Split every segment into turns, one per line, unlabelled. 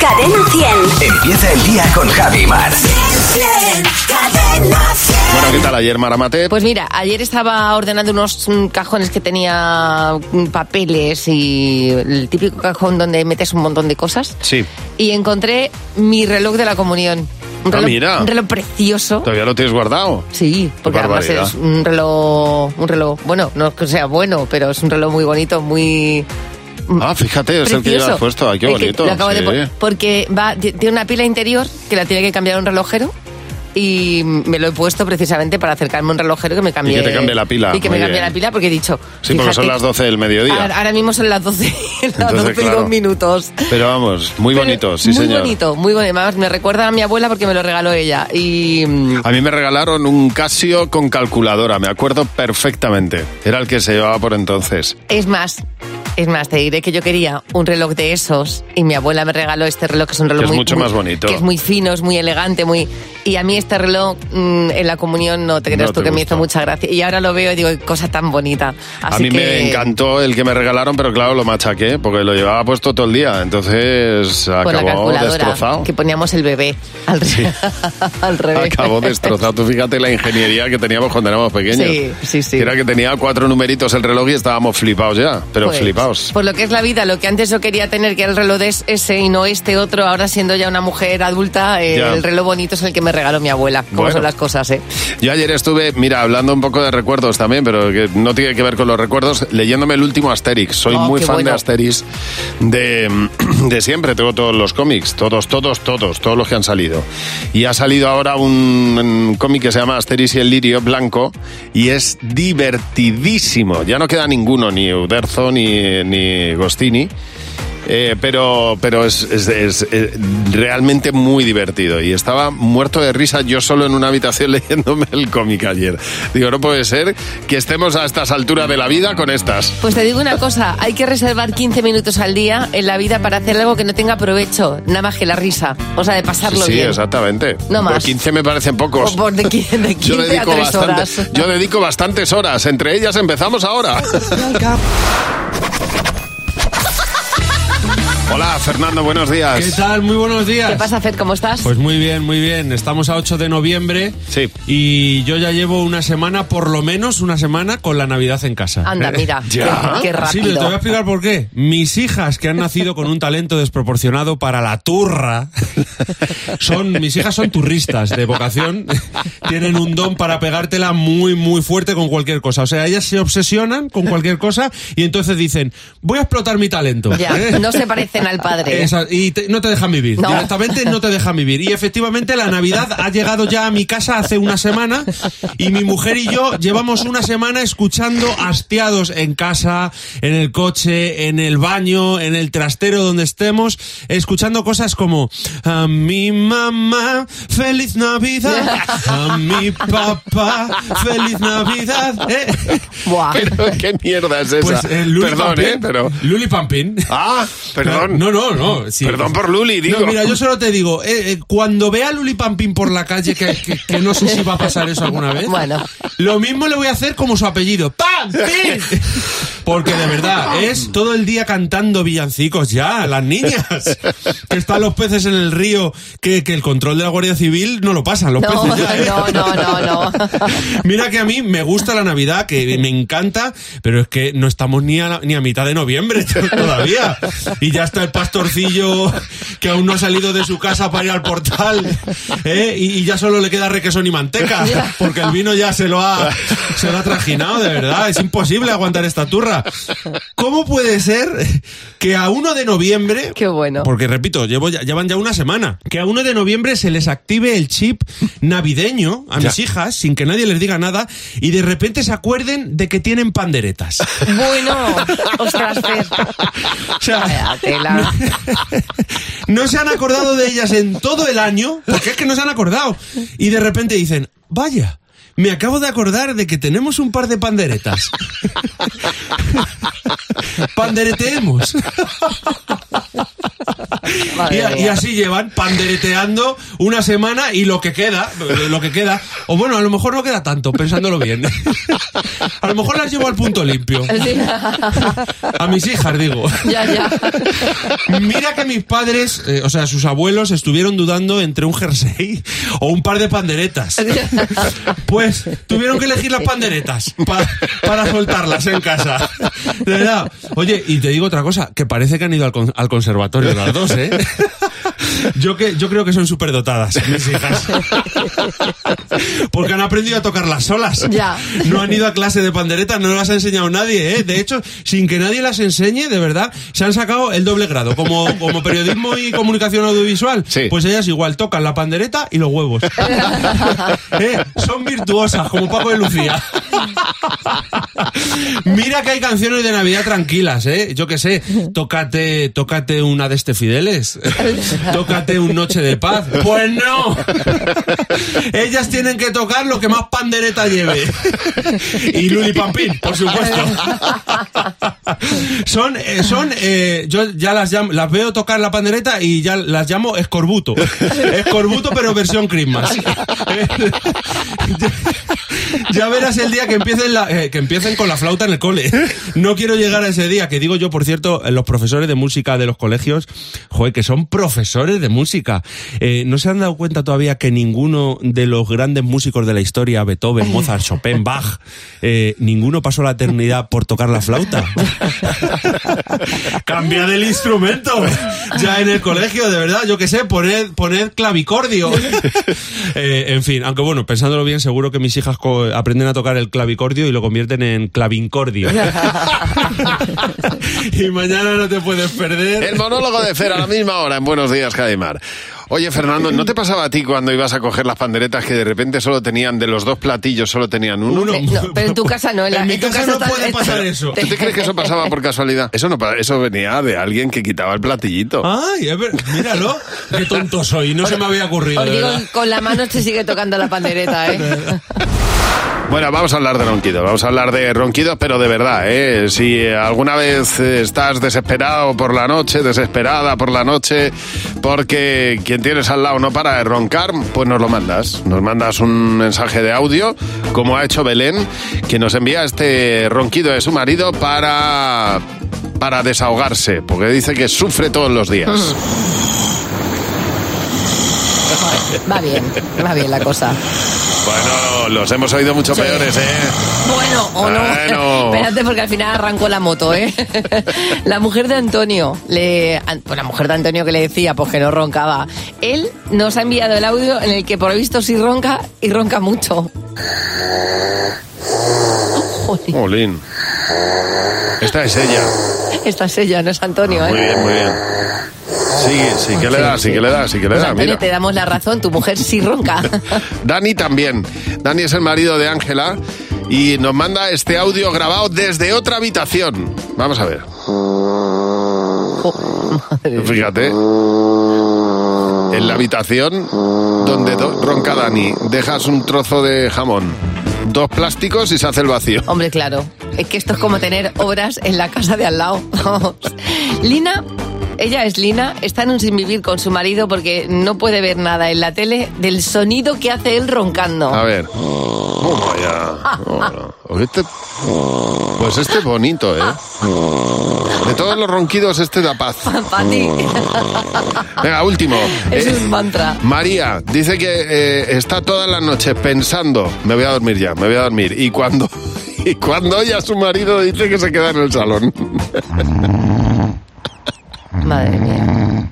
Cadena 100.
Empieza el día con Javi Mar.
Cadena 100.
Bueno, ¿qué tal ayer, Maramate?
Pues mira, ayer estaba ordenando unos mm, cajones que tenía mm, papeles y el típico cajón donde metes un montón de cosas.
Sí.
Y encontré mi reloj de la comunión. Un
Ah,
reloj,
mira.
un reloj precioso.
¿Todavía lo tienes guardado?
Sí, porque
Qué
además
barbaridad.
es un reloj, un reloj, bueno, no es que sea bueno, pero es un reloj muy bonito, muy
Ah, fíjate, es el que
precioso.
llevas puesto. Ah, qué
El que
bonito.
lo acabo de
sí.
po- porque va, ti- tiene una pila interior que la tiene que cambiar un relojero. Y me lo he puesto precisamente para acercarme a un relojero que me cambie...
te cambie la pila,
Y que
muy
me cambie
bien.
la pila porque he dicho...
Sí, porque son
fíjate,
las 12 del mediodía.
Ahora, ahora mismo son las 12, las
Entonces,
12 y
claro.
dos minutos.
Pero vamos, muy bonito, sí,
muy
señor.
bonito, muy bonito. Además, me recuerda a mi abuela porque me lo regaló ella. Y mm,
A mí me regalaron un Casio con calculadora, me acuerdo perfectamente. Era el que se llevaba por entonces.
es más, es más, te diré que yo quería un reloj de esos y mi abuela me regaló este reloj que es un reloj
Que es
muy,
mucho
muy-
más bonito.
Que es muy fino, es muy elegante, muy... Y a mí este reloj mm, en la comunión no te creas
No
tú
te
que me
gustó.
hizo mucha gracia. Y ahora lo veo y digo, "Qué cosa tan bonita.
a
Así
mí
que-
me encantó el que me regalaron, pero claro, lo machaqué porque lo llevaba puesto todo el día. Entonces
Con la
acabó
calculadora
destrozado.
que poníamos el bebé al, re- al revés.
Acabó destrozado. Tú fíjate la ingeniería que teníamos cuando éramos pequeños.
Sí, sí, sí.
Que Era que tenía cuatro numeritos el reloj y estábamos flipados ya, pero
Pues,
flipados.
Por lo que es la vida, lo que antes yo quería tener, que era el reloj es ese y no este otro, ahora siendo ya una mujer adulta, eh,
Ya.
el reloj bonito es el que me regaló mi abuela. Como
Bueno.
son las cosas, ¿eh?
Yo ayer estuve, mira, hablando un poco de recuerdos también, pero que no tiene que ver con los recuerdos, leyéndome el último Asterix. Soy
Oh,
muy
qué
fan de
bueno.
Asterix de, de siempre. Tengo todos los cómics, todos, todos, todos, todos los que han salido. Y ha salido ahora un, un cómic que se llama Asterix y el lirio blanco y es divertidísimo. Ya no queda ninguno, ni Uderzo ni, ni Gostini. Eh, pero pero es, es- es, eh, realmente muy divertido. Y estaba muerto de risa yo solo en una habitación leyéndome el cómic ayer. Digo, no puede ser que estemos a estas alturas de la vida con estas.
Pues te digo una cosa, hay que reservar 15 minutos al día en la vida para hacer algo que no tenga provecho, nada más que la risa, o sea, de pasarlo
sí,
bien.
exactamente.
No
Pero
más.
15 me parecen pocos.
O por de 15, de 15
Yo
a
dedico,
3
bastante-
horas.
yo dedico bastantes horas. Entre ellas empezamos ahora. Hola, Fernando, buenos días.
¿Qué tal? Muy buenos días.
¿Qué pasa, Fer? ¿Cómo estás?
Pues muy bien, muy bien. Estamos a 8 de noviembre.
Sí.
Y yo ya llevo una semana, por lo menos una semana, con la Navidad en casa.
Anda, mira,
¿Ya?
qué, qué
Sí, pero te
rápido.
voy a explicar por qué. Mis hijas, que han nacido con un talento desproporcionado para la turra, son, mis hijas son turristas de vocación, tienen un don para pegártela muy, muy fuerte con cualquier cosa. O sea, ellas se obsesionan con cualquier cosa y entonces dicen, voy a explotar mi talento. ¿eh?
Ya, no se parecen al padre.
Esa- y te- no te dejan vivir.
No.
Directamente no te dejan vivir. Y efectivamente la Navidad ha llegado ya a mi casa hace una semana y mi mujer y yo llevamos una semana escuchando hastiados en casa, en el coche, en el baño, en el trastero donde estemos, escuchando cosas como a mi mamá, feliz Navidad, a mi papá, feliz Navidad. ¿Eh?
Buah.
Pero, ¿Qué mierda es esa?
Pues eh, Luli
Perdón,
Pampín,
¿eh? Pero...
Luli Pampín.
Ah, perdón.
No, no, no. sí.
Perdón por Luli, digo.
No, mira, yo solo te digo, eh, eh, cuando vea a Luli Pampín por la calle, que, que- que no sé si va a pasar eso alguna vez,
Bueno.
lo mismo le voy a hacer como su apellido. ¡Pampín! Porque de verdad, es todo el día cantando villancicos ya, las niñas. Que están los peces en el río, que, que el control de la Guardia Civil no lo pasan, los
No,
peces ya, ¿eh?
no, no, no, no.
Mira que a mí me gusta la Navidad, que me encanta, pero es que no estamos ni a, la- ni a mitad de noviembre todavía. Y ya está el pastorcillo que aún no ha salido de su casa para ir al portal. ¿eh? Y, y ya solo le queda requesón y manteca, porque el vino ya se lo ha, se lo ha trajinado, de verdad. Es imposible aguantar esta turra. ¿Cómo puede ser que a 1 de noviembre
Qué bueno.
porque repito, llevo ya- llevan ya una semana. Que a 1 de noviembre se les active el chip navideño a mis hijas sin que nadie les diga nada y de repente se acuerden de que tienen panderetas.
Bueno, ostras, Fer.
O sea,
Vaya tela.
no se han acordado de ellas en todo el año, porque es que no se han acordado. Y de repente dicen, vaya. Me acabo de acordar de que tenemos un par de panderetas. Pandereteemos. Y,
Madre
y
mía.
así llevan pandereteando una semana y lo que queda, lo que queda, o bueno, a lo mejor no queda tanto, pensándolo bien. A lo mejor las llevo al punto limpio.
Sí.
A mis hijas, digo.
ya, ya.
Mira que mis padres, eh, o sea, sus abuelos estuvieron dudando entre un jersey o un par de panderetas. Pues tuvieron que elegir las panderetas pa- para soltarlas en casa. De verdad. Oye, y te digo otra cosa, que parece que han ido al, con- al conservatorio las dos, ¿eh? Yo, que, yo creo que son superdotadas, mis hijas. Porque han aprendido a tocarlas solas.
Ya.
No han ido a clase de pandereta, no las ha enseñado nadie, ¿eh? De hecho, sin que nadie las enseñe, de verdad, se han sacado el doble grado. Como, como periodismo y comunicación audiovisual,
Sí.
pues ellas igual tocan la pandereta y los huevos. Eh, Son virtuosas, como Paco de Lucía. Mira que hay canciones de Navidad tranquilas, ¿eh? Yo qué sé, tócate, tócate una de este Fideles, tócate un Noche de Paz. Pues no, ellas tienen que tocar lo que más pandereta lleve. Y Luli Pampín, por supuesto. Son, eh, son, eh, yo ya las llamo, las veo tocar la pandereta y ya las llamo escorbuto. Escorbuto pero versión Christmas. Ya verás el día que empiecen, la- eh, que empiecen con la flauta en el cole. No quiero llegar a ese día, que digo yo, por cierto, eh, los profesores de música de los colegios, joder, que son profesores de música. Eh, ¿No se han dado cuenta todavía que ninguno de los grandes músicos de la historia, Beethoven, Mozart, Chopin, Bach, eh, ninguno pasó la eternidad por tocar la flauta? Cambiad el instrumento. Ya en el colegio, de verdad, yo qué sé, poned, poned clavicordio. Eh, en fin, aunque bueno, pensándolo bien, seguro que mis hijas co- aprenden a tocar el clavicordio y lo convierten en clavincordio. y mañana no te puedes perder.
El monólogo de Cera a la misma hora en Buenos Días, Cademar. Oye, Fernando, ¿no te pasaba a ti cuando ibas a coger las panderetas que de repente solo tenían, de los dos platillos, solo tenían uno?
Uno.
No, pero en tu casa no. En, la-
En mi
tu
casa no
está-
puede pasar eso.
¿Tú te crees que eso pasaba por casualidad? Eso no, pa- eso venía de alguien que quitaba el platillito.
Ay, es ver- míralo. Qué tonto soy, no se me había ocurrido.
Os
de
digo,
verdad.
con la mano se sigue tocando la pandereta, ¿eh?
Bueno, vamos a hablar de ronquidos, vamos a hablar de ronquidos, pero de verdad, ¿eh? Si eh, alguna vez eh, estás desesperado por la noche, desesperada por la noche, porque quien tienes al lado no para de roncar, pues nos lo mandas. Nos mandas un mensaje de audio, como ha hecho Belén, que nos envía este ronquido de su marido para para desahogarse, porque dice que sufre todos los días.
Va bien, va bien la cosa.
Bueno, los hemos oído mucho
Sí.
peores, ¿eh?
Bueno, o no.
Bueno.
Espérate, porque al final arrancó la moto, ¿eh? la mujer de Antonio, le, an- pues la mujer de Antonio que le decía, pues que no roncaba. Él nos ha enviado el audio en el que por lo visto sí ronca y ronca mucho. Jolín,
Molín. Esta es ella.
Esta es ella, no es Antonio,
Muy
¿eh?
bien, muy bien. Sí, sí que le da, sí que le da, sí que le
Pues
da.
Antonio,
Mira.
te damos la razón, tu mujer sí ronca.
Dani también. Dani es el marido de Ángela y nos manda este audio grabado desde otra habitación. Vamos a ver.
Oh, madre mía.
Fíjate. En la habitación donde do- ronca Dani, dejas un trozo de jamón, dos plásticos y se hace el vacío.
Hombre, claro. Es que esto es como tener obras en la casa de al lado. Vamos. Lina, ella es Lina, está en un sinvivir con su marido porque no puede ver nada en la tele del sonido que hace él roncando.
A ver. Oh, ya. Oh, no. Este- Pues este es bonito, ¿eh? De todos los ronquidos, este da paz.
Pati,
Venga, último.
es
Eh,
un mantra.
María dice que eh, está todas las noches pensando, me voy a dormir ya, me voy a dormir. Y cuando, y cuando oye a su marido dice que se queda en el salón.
Madre mía.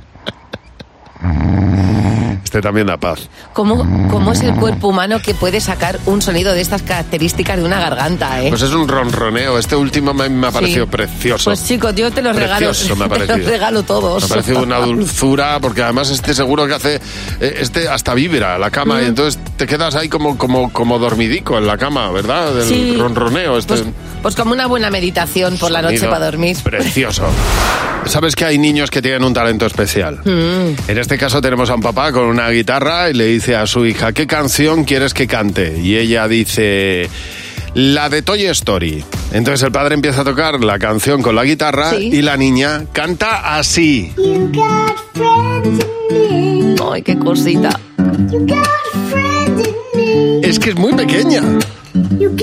Este también da paz.
¿Cómo, ¿Cómo es el cuerpo humano que puede sacar un sonido de estas características de una garganta, eh?
Pues es un ronroneo. Este último me, me ha parecido
Sí.
precioso.
Pues chicos, yo te los regalo,
Precioso, me ha
te los
parecido.
regalo
Me
todos.
ha parecido una dulzura, porque además este seguro que hace, eh, este hasta vibra la cama, y
Mm.
entonces te quedas ahí como, como, como dormidico en la cama, ¿verdad? Del
Sí.
ronroneo. Este
Pues, pues como una buena meditación por la noche
sonido
para dormir.
Precioso. Sabes que hay niños que tienen un talento especial.
Mm.
En este caso tenemos a un papá con una guitarra y le dice a su hija, ¿qué canción quieres que cante? Y ella dice, La de Toy Story. Entonces el padre empieza a tocar la canción con la guitarra
Sí.
y la niña canta así.
You got friends in me.
Ay, qué cosita.
You got friends in me.
Es que es muy pequeña.
You got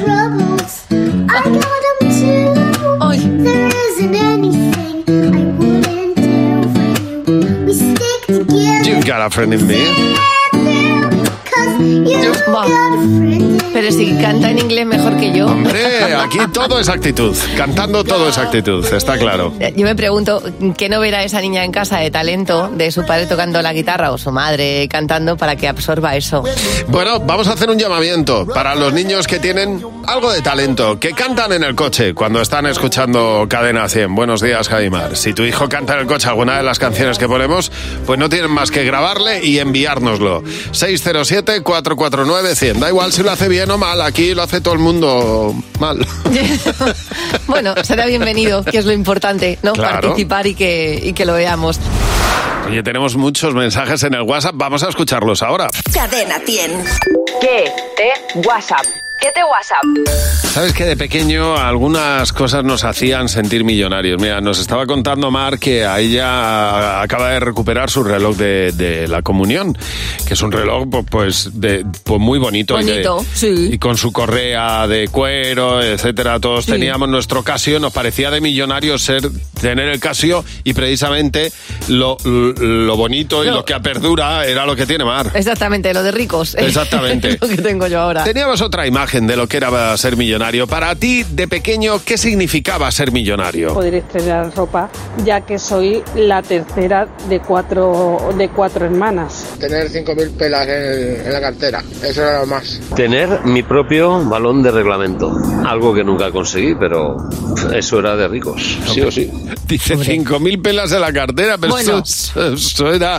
troubles. I got 'em too.
Ay,
There isn't anything I wouldn't do for you. We stick
You
together.
got a friend in me.
Cause you
Va.
got a friend in
pero si canta en inglés mejor que yo.
Hombre, aquí todo es actitud. Cantando todo es actitud, está claro.
Yo me pregunto, ¿qué no verá esa niña en casa de talento de su padre tocando la guitarra o su madre cantando para que absorba eso?
Bueno, vamos a hacer un llamamiento para los niños que tienen algo de talento, que cantan en el coche cuando están escuchando Cadena 100. Buenos días, Javimar. Si tu hijo canta en el coche alguna de las canciones que ponemos, pues no tienen más que grabarle y enviárnoslo. 607-449-100. Da igual si lo hace bien o mal, aquí lo hace todo el mundo mal.
bueno, será bienvenido, que es lo importante, ¿no?
Claro.
Participar y que, y que lo veamos.
Oye, tenemos muchos mensajes en el WhatsApp, vamos a escucharlos ahora.
Cadena 100.
¿Qué te WhatsApp? ¿Qué te WhatsApp?
Sabes que de pequeño algunas cosas nos hacían sentir millonarios. Mira, nos estaba contando Mar que a ella acaba de recuperar su reloj de, de la comunión, que es un reloj pues, pues, de, pues muy bonito. y de-
Bonito, sí.
Y con su correa de cuero, etcétera. Todos teníamos nuestro Casio, nos parecía de millonarios ser tener el Casio y precisamente lo, lo bonito y
No.
lo que perdura era lo que tiene Mar.
Exactamente, lo de ricos.
Exactamente.
lo que tengo yo ahora.
Teníamos otra imagen de lo que era ser millonario. Para ti, de pequeño, ¿qué significaba ser millonario?
poder estrenar ropa, ya que soy la tercera de cuatro, de cuatro hermanas.
tener 5.000 pelas en, el- en la cartera. Eso era lo más.
Tener mi propio balón de reglamento, algo que nunca conseguí, pero eso era de ricos, sí o sí.
Dice 5.000 pelas en la cartera, pero
Bueno.
eso, eso era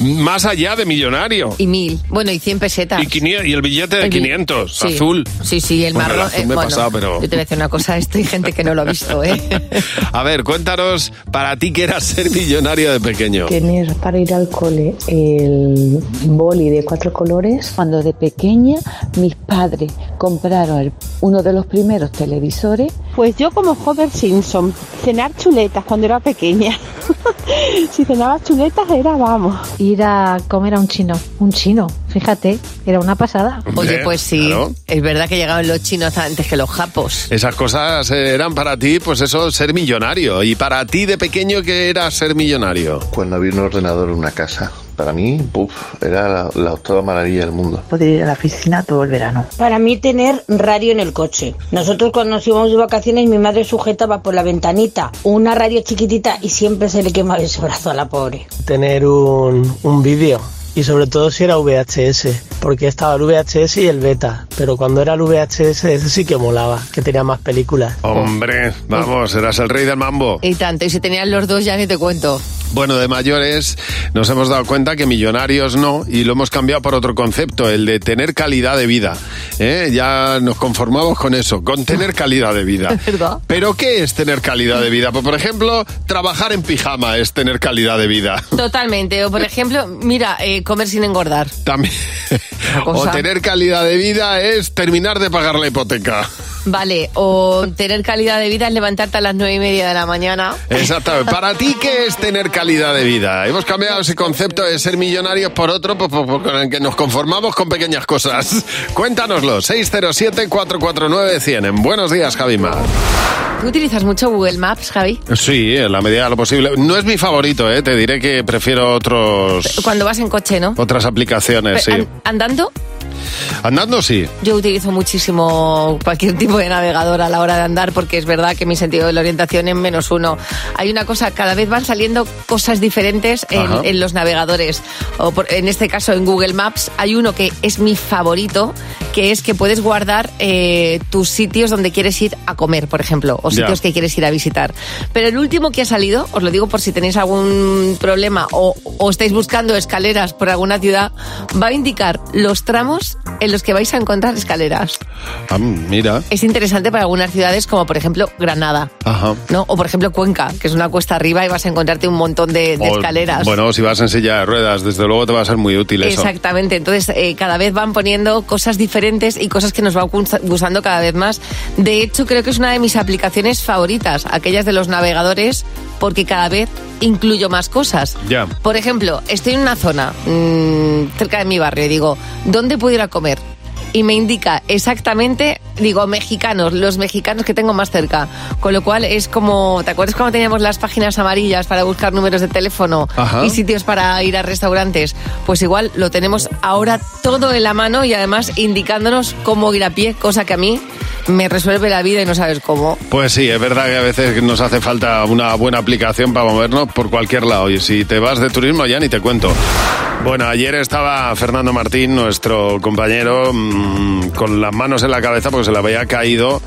más allá de millonario.
Y mil. Bueno, y cien pesetas.
Y, quinie- y el billete de
El bi-
500,
Sí.
azul.
Sí, sí, el
Bueno,
marrón.
azul
eh,
me he
bueno,
pasado, pero-
Yo te voy a decir una cosa, esto hay gente que no lo ha visto, ¿eh?
A ver, cuéntanos, para ti, ¿qué era ser millonario de pequeño?
Tener para ir al cole el boli de cuatro colores. Cuando de pequeña mis padres compraron el- uno de los primeros televisores.
Pues yo como Homer Simpson, cenar chuletas cuando era pequeña. si cenaba chuletas era vamos.
Ir a comer a un chino. Un chino, fíjate, era una pasada.
Oye, pues sí,
Claro.
es verdad que llegaron los chinos antes que los japos.
Esas cosas eh, eran para ti, pues eso, ser millonario. Y para ti, de pequeño, ¿qué era ser millonario?
Cuando había un ordenador en una casa, para mí, puf, era la, la octava maravilla del mundo.
Poder ir a la oficina todo el verano.
Para mí tener radio en el coche. Nosotros cuando nos íbamos de vacaciones mi madre sujetaba por la ventanita una radio chiquitita y siempre se le quemaba ese brazo a la pobre.
Tener un, un vídeo. Y sobre todo si era VHS, porque estaba el VHS y el beta, pero cuando era el VHS ese sí que molaba, que tenía más películas.
Hombre, vamos, eras el rey del mambo.
Y tanto, y si tenían los dos ya ni te cuento.
Bueno, de mayores nos hemos dado cuenta que millonarios no y lo hemos cambiado por otro concepto, el de tener calidad de vida. ¿eh? Ya nos conformamos con eso, con tener calidad de vida.
¿Verdad?
Pero ¿qué es tener calidad de vida? Pues, por ejemplo, trabajar en pijama es tener calidad de vida.
Totalmente. O por ejemplo, mira, eh, comer sin engordar.
También. O
cosa.
tener calidad de vida es terminar de pagar la hipoteca.
Vale, o tener calidad de vida es levantarte a las nueve y media de la mañana.
Exactamente. Para ti, ¿qué es tener calidad de vida? Hemos cambiado ese concepto de ser millonarios por otro, por, por- por- con el que nos conformamos con pequeñas cosas. Cuéntanoslo. 607-449-100. En Buenos días, Javimar.
¿Tú utilizas mucho Google Maps, Javi?
Sí, en la medida de lo posible. No es mi favorito, ¿eh? Te diré que prefiero otros...
Cuando vas en coche, ¿no?
Otras aplicaciones,
Pero
Pues, eh, sí.
an- andando,
Andando, sí.
yo utilizo muchísimo cualquier tipo de navegador a la hora de andar porque es verdad que mi sentido de la orientación es menos uno. Hay una cosa, cada vez van saliendo cosas diferentes en,
Ajá.
en los navegadores. O por- en este caso en Google Maps hay uno que es mi favorito, que es que puedes guardar eh, tus sitios donde quieres ir a comer, por ejemplo, o
Ya.
sitios que quieres ir a visitar. Pero el último que ha salido, os lo digo por si tenéis algún problema o, o estáis buscando escaleras por alguna ciudad, va a indicar los tramos en los que vais a encontrar escaleras.
Ah, mira.
Es interesante para algunas ciudades como por ejemplo Granada,
Ajá.
¿no? O por ejemplo Cuenca, que es una cuesta arriba y vas a encontrarte un montón de, de
O-
escaleras.
Bueno, si vas en silla de ruedas, desde luego te va a ser muy útil eso.
Exactamente, entonces eh, cada vez van poniendo cosas diferentes y cosas que nos van gusta- gustando cada vez más. De hecho, creo que es una de mis aplicaciones favoritas, aquellas de los navegadores, porque cada vez incluyo más cosas.
Ya.
Por ejemplo, estoy en una zona mm, cerca de mi barrio y digo, ¿dónde puedo ir a comer? Y me indica exactamente, digo, mexicanos, los mexicanos que tengo más cerca. Con lo cual es como, ¿te acuerdas cuando teníamos las páginas amarillas para buscar números de teléfono
Ajá.
y sitios para ir a restaurantes? Pues igual lo tenemos ahora todo en la mano y además indicándonos cómo ir a pie, cosa que a mí me resuelve la vida y no sabes cómo.
Pues sí, es verdad que a veces nos hace falta una buena aplicación para movernos por cualquier lado. Y si te vas de turismo, ya ni te cuento. Bueno, ayer estaba Fernando Martín, nuestro compañero, mm, con las manos en la cabeza porque se le había caído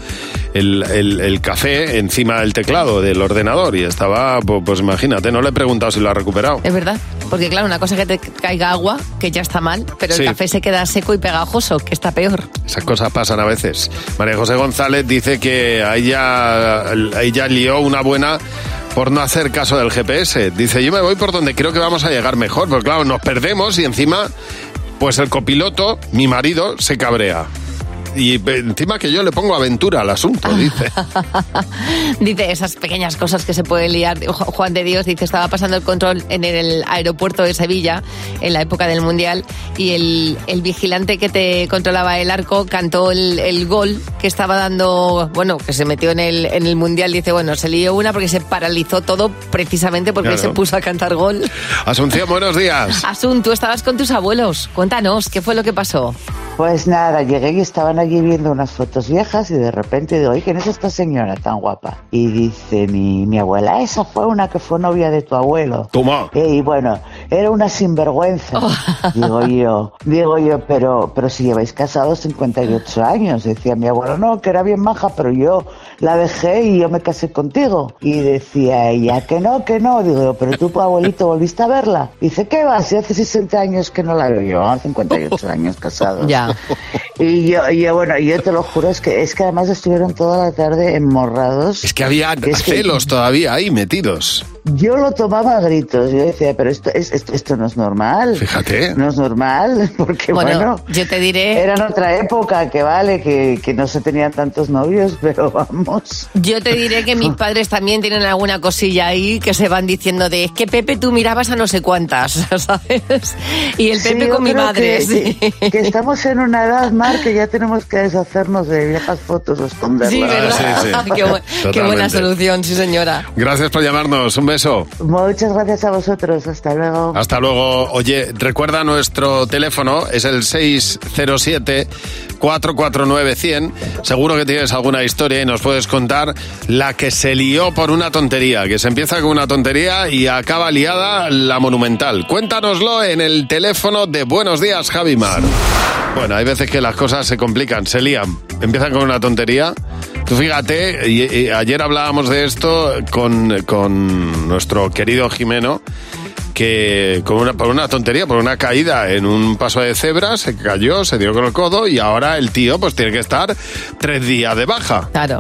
el, el- el café encima del teclado del ordenador. Y estaba, pues, pues imagínate, no le he preguntado si lo ha recuperado.
Es verdad, porque claro, una cosa es que te caiga agua, que ya está mal, pero
Sí.
el café se queda seco y pegajoso, que está peor.
Esas cosas pasan a veces. María José González dice que a ella, a ella lió una buena por no hacer caso del GPS. Dice, yo me voy por donde creo que vamos a llegar mejor, porque claro, nos perdemos y encima, pues el copiloto, mi marido, se cabrea. Y eh, encima que yo le pongo aventura al asunto, dice.
Dice esas pequeñas cosas que se pueden liar. Ju- Juan de Dios dice, estaba pasando el control en el aeropuerto de Sevilla en la época del Mundial y el, el vigilante que te controlaba el arco cantó el, el gol que estaba dando, bueno, que se metió en el, en el Mundial. Dice, bueno, se lió una porque se paralizó todo precisamente porque
Claro.
se puso a cantar gol.
Asunción, buenos días.
Asun, tú estabas con tus abuelos. Cuéntanos, ¿qué fue lo que pasó?
Pues nada, llegué y estaban allí viendo unas fotos viejas y de repente digo, oye, ¿quién es esta señora tan guapa? Y dice mi, mi abuela, esa fue una que fue novia de tu abuelo. Eh,
Toma.
y bueno, era una sinvergüenza. Digo yo, digo yo, pero, pero si lleváis casados 58 años, decía mi abuelo, no, que era bien maja, pero yo la dejé y yo me casé contigo. Y decía ella, que no, que no. Digo yo, pero tú, abuelito, volviste a verla. Dice, ¿qué va? Si hace 60 años que no la veo yo, "Ah, 58 años casados.
Ya.
Y yo, y yo, bueno, yo te lo juro, es que, es que además estuvieron toda la tarde emborrados.
Es que había
Es que-
celos todavía ahí metidos.
Yo lo tomaba a gritos, yo decía, pero esto, es, esto, esto no es normal.
Fíjate.
No es normal, porque bueno,
yo te diré...
era en otra época, que vale, que, que no se tenían tantos novios, pero vamos.
Yo te diré que mis padres también tienen alguna cosilla ahí que se van diciendo de es que Pepe tú mirabas a no sé cuántas, ¿sabes? Y el
Sí,
Pepe
yo
con mi
creo
madre.
que-
sí.
Que, que estamos en una edad, Mar, que ya tenemos que deshacernos de viejas fotos o esconderlas.
Sí, ¿verdad?
Ah, sí, sí.
Qué, bu- qué buena
Totalmente.
solución, sí señora.
Gracias por llamarnos. Un beso.
Muchas gracias a vosotros, hasta luego.
Hasta luego. Oye, recuerda nuestro teléfono, es el 607-449-100. Seguro que tienes alguna historia y nos puedes contar la que se lió por una tontería, que se empieza con una tontería y acaba liada la monumental. Cuéntanoslo en el teléfono de Buenos Días, Javimar. Bueno, hay veces que las cosas se complican, se lían. Empiezan con una tontería. Tú fíjate, y- y ayer hablábamos de esto con, con nuestro querido Jimeno que con una, por una tontería, por una caída en un paso de cebra, se cayó, se dio con el codo y ahora el tío pues tiene que estar tres días de baja.
Claro.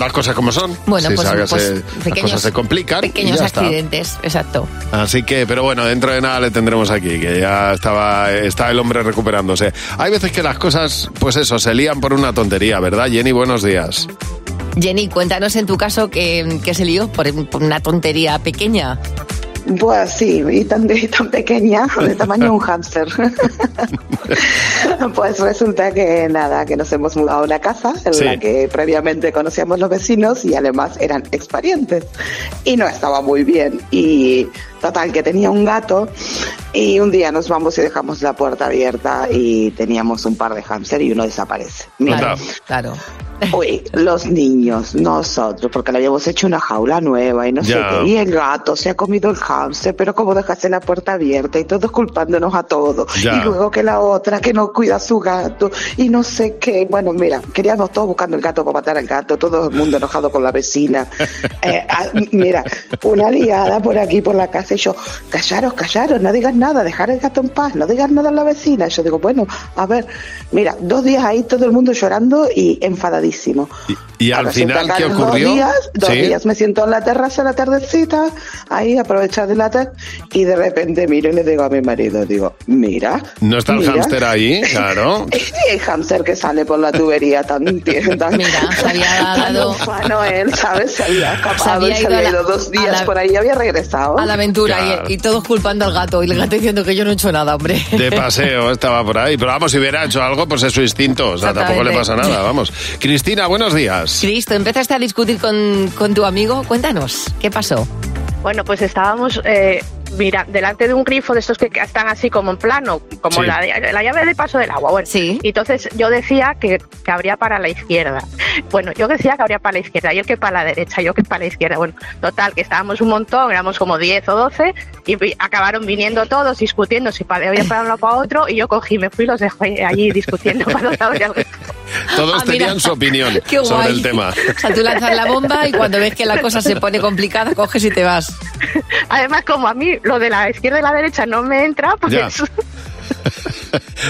Las cosas como son.
Bueno,
Sí,
pues,
se-
pues,
se- las
pequeños-
cosas se complican. y
Pequeños
ya está.
accidentes, exacto.
Así que, pero bueno, dentro de nada le tendremos aquí, que ya estaba está el hombre recuperándose. Hay veces que las cosas, pues eso, se lían por una tontería, ¿verdad, Jenny? Buenos días.
Jenny, cuéntanos en tu caso que, que se lió por, por una tontería pequeña.
Pues sí, y tan, y tan pequeña, de tamaño un hámster. pues resulta que nada, que nos hemos mudado a una casa en
Sí.
la que previamente conocíamos los vecinos y además eran exparientes. Y no estaba muy bien. Y total, que tenía un gato y un día nos vamos y dejamos la puerta abierta y teníamos un par de hámster y uno desaparece. Mira,
Claro, claro.
Uy, los niños, nosotros, porque le habíamos hecho una jaula nueva y no sé
Ya.
qué. Y el gato se ha comido el hámster, pero como dejaste la puerta abierta y todos culpándonos a todos.
Ya.
Y luego que la otra que no cuida a su gato y no sé qué. Bueno, mira, queríamos todos buscando el gato para matar al gato, todo el mundo enojado con la vecina. Eh, ah, mira, una liada por aquí, por la casa y yo, callaros, callaros, no digas nada, dejar el gato en paz, no digas nada a la vecina. Y yo digo, bueno, a ver, mira, dos días ahí todo el mundo llorando y enfadadísimo.
Y al
Resulta
final,
que a
¿qué
los
ocurrió?
Dos días, dos
Sí.
días me siento en la terraza, en la tardecita, ahí aprovechar de la tarde, y de repente miro y le digo a mi marido, digo, mira.
¿No está el
mira,
hámster ahí? Claro.
El hámster que sale por la tubería tan tienda. Mira,
se había dado-
él, ¿sabes? Se había escapado,
Se había
y se
ido a
había
la-
ido dos
a
días
la-
por ahí y había regresado.
A la aventura
Claro.
y, y todos culpando al gato y el gato diciendo que yo no he hecho nada, hombre.
De paseo, estaba por ahí. Pero vamos, si hubiera hecho algo, pues es su instinto. O sea, tampoco le pasa
Exactamente.
nada, vamos. Cristina, buenos días.
Cristo, empezaste a discutir con, con tu amigo. Cuéntanos, ¿qué pasó?
Bueno, pues estábamos eh, mira, delante de un grifo de estos que están así como en plano, como
Sí.
la, la llave de paso del agua. Bueno, Y entonces yo decía que, que abría para la izquierda. Bueno, yo decía que abría para la izquierda y él que para la derecha, yo que para la izquierda. Bueno, total, que estábamos un montón, éramos como 10 o 12 y vi- acabaron viniendo todos discutiendo si para, había para uno o para otro y yo cogí, me fui y los dejé allí discutiendo para los lados y al-
Todos
Ah, mira.
tenían su opinión
Qué guay.
sobre el tema.
O sea, tú lanzas la bomba y cuando ves que la cosa se pone complicada, coges y te vas.
Además, como a mí lo de la izquierda y la derecha no me entra, pues
Ya.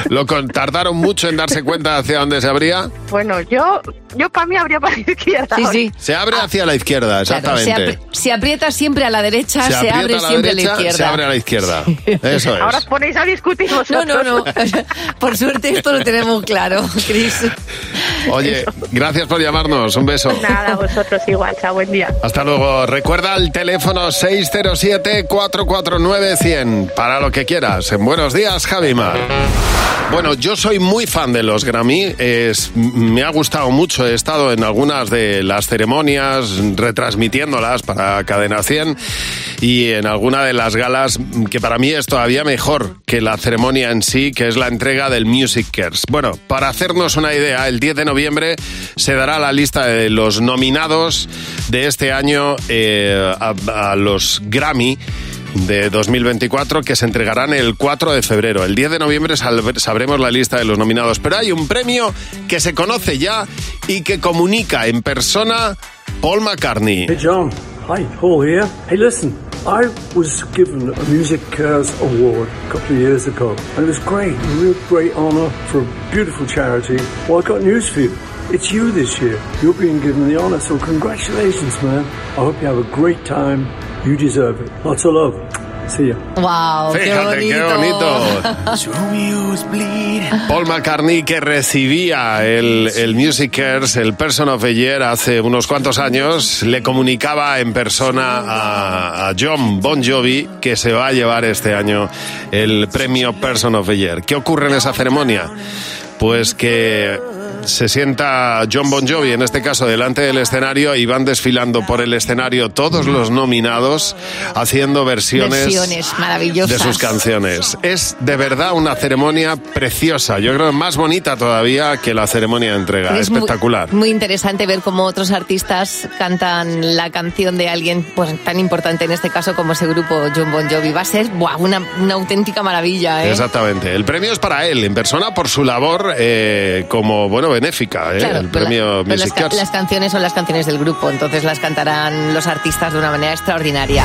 Lo con- tardaron mucho en darse cuenta hacia dónde se abría.
Bueno, yo, yo para mí habría para la izquierda.
Sí, sí.
Se abre hacia la izquierda,
Ah. Claro, se,
exactamente.
apri- se aprieta siempre a la derecha, se,
aprieta
abre
a la
siempre
derecha,
a la izquierda.
Se abre a la izquierda. Eso es.
Ahora os ponéis a discutir
No,
vosotros.
no, no. Por suerte esto lo tenemos claro, Cris.
Oye, gracias por llamarnos. Un beso.
Nada, vosotros igual, chao, buen día.
Hasta luego. Recuerda el teléfono 607-449-100 para lo que quieras. En Buenos Días, Javimar. Bueno, yo soy muy fan de los Grammy. Es, m- me ha gustado mucho. He estado en algunas de las ceremonias retransmitiéndolas para Cadena 100 y en alguna de las galas m, que para mí es todavía mejor que la ceremonia en sí, que es la entrega del Music Cares. Bueno, para hacernos una idea, el 10 de noviembre se dará la lista de los nominados de este año eh, a- a los Grammy de 2024 que se entregarán el 4 de febrero. El 10 de noviembre salve- sabremos la lista de los nominados, pero hay un premio que se conoce ya y que comunica en persona Paul McCartney.
Hey John, hi, Paul here. Hey listen, I was given a Music Cares Award a couple of years ago and it was great, a real great honour for a beautiful charity. Well, I got news for you. It's you this year. You're being given the honour, so congratulations man. I hope you have a great time. You deserve it. Lots of love. See ya.
¡Wow!
Fíjate,
¡Qué
qué Paul McCartney que recibía el, el Music Cares, el Person of the Year, hace unos cuantos años, le comunicaba en persona a, a John Bon Jovi que se va a llevar este año el premio Person of the Year. ¿Qué ocurre en esa ceremonia? Pues que se sienta John Bon Jovi, en este caso, delante del escenario y van desfilando por el escenario todos los nominados haciendo versiones,
Versiones maravillosas.
de sus canciones. Es de verdad una ceremonia preciosa. Yo creo que más bonita todavía que la ceremonia de entrega.
Es muy-
Espectacular.
Muy, interesante ver cómo otros artistas cantan la canción de alguien pues, tan importante en este caso como ese grupo John Bon Jovi. Va a ser buah, una, una auténtica maravilla, ¿eh?
Exactamente. El premio es para él, en persona, por su labor eh, como, bueno, benéfica. ¿eh?
Claro,
el
pero la-
premio
pero las,
Music
ca-
Arts.
las canciones son las canciones del grupo, entonces las cantarán los artistas de una manera extraordinaria.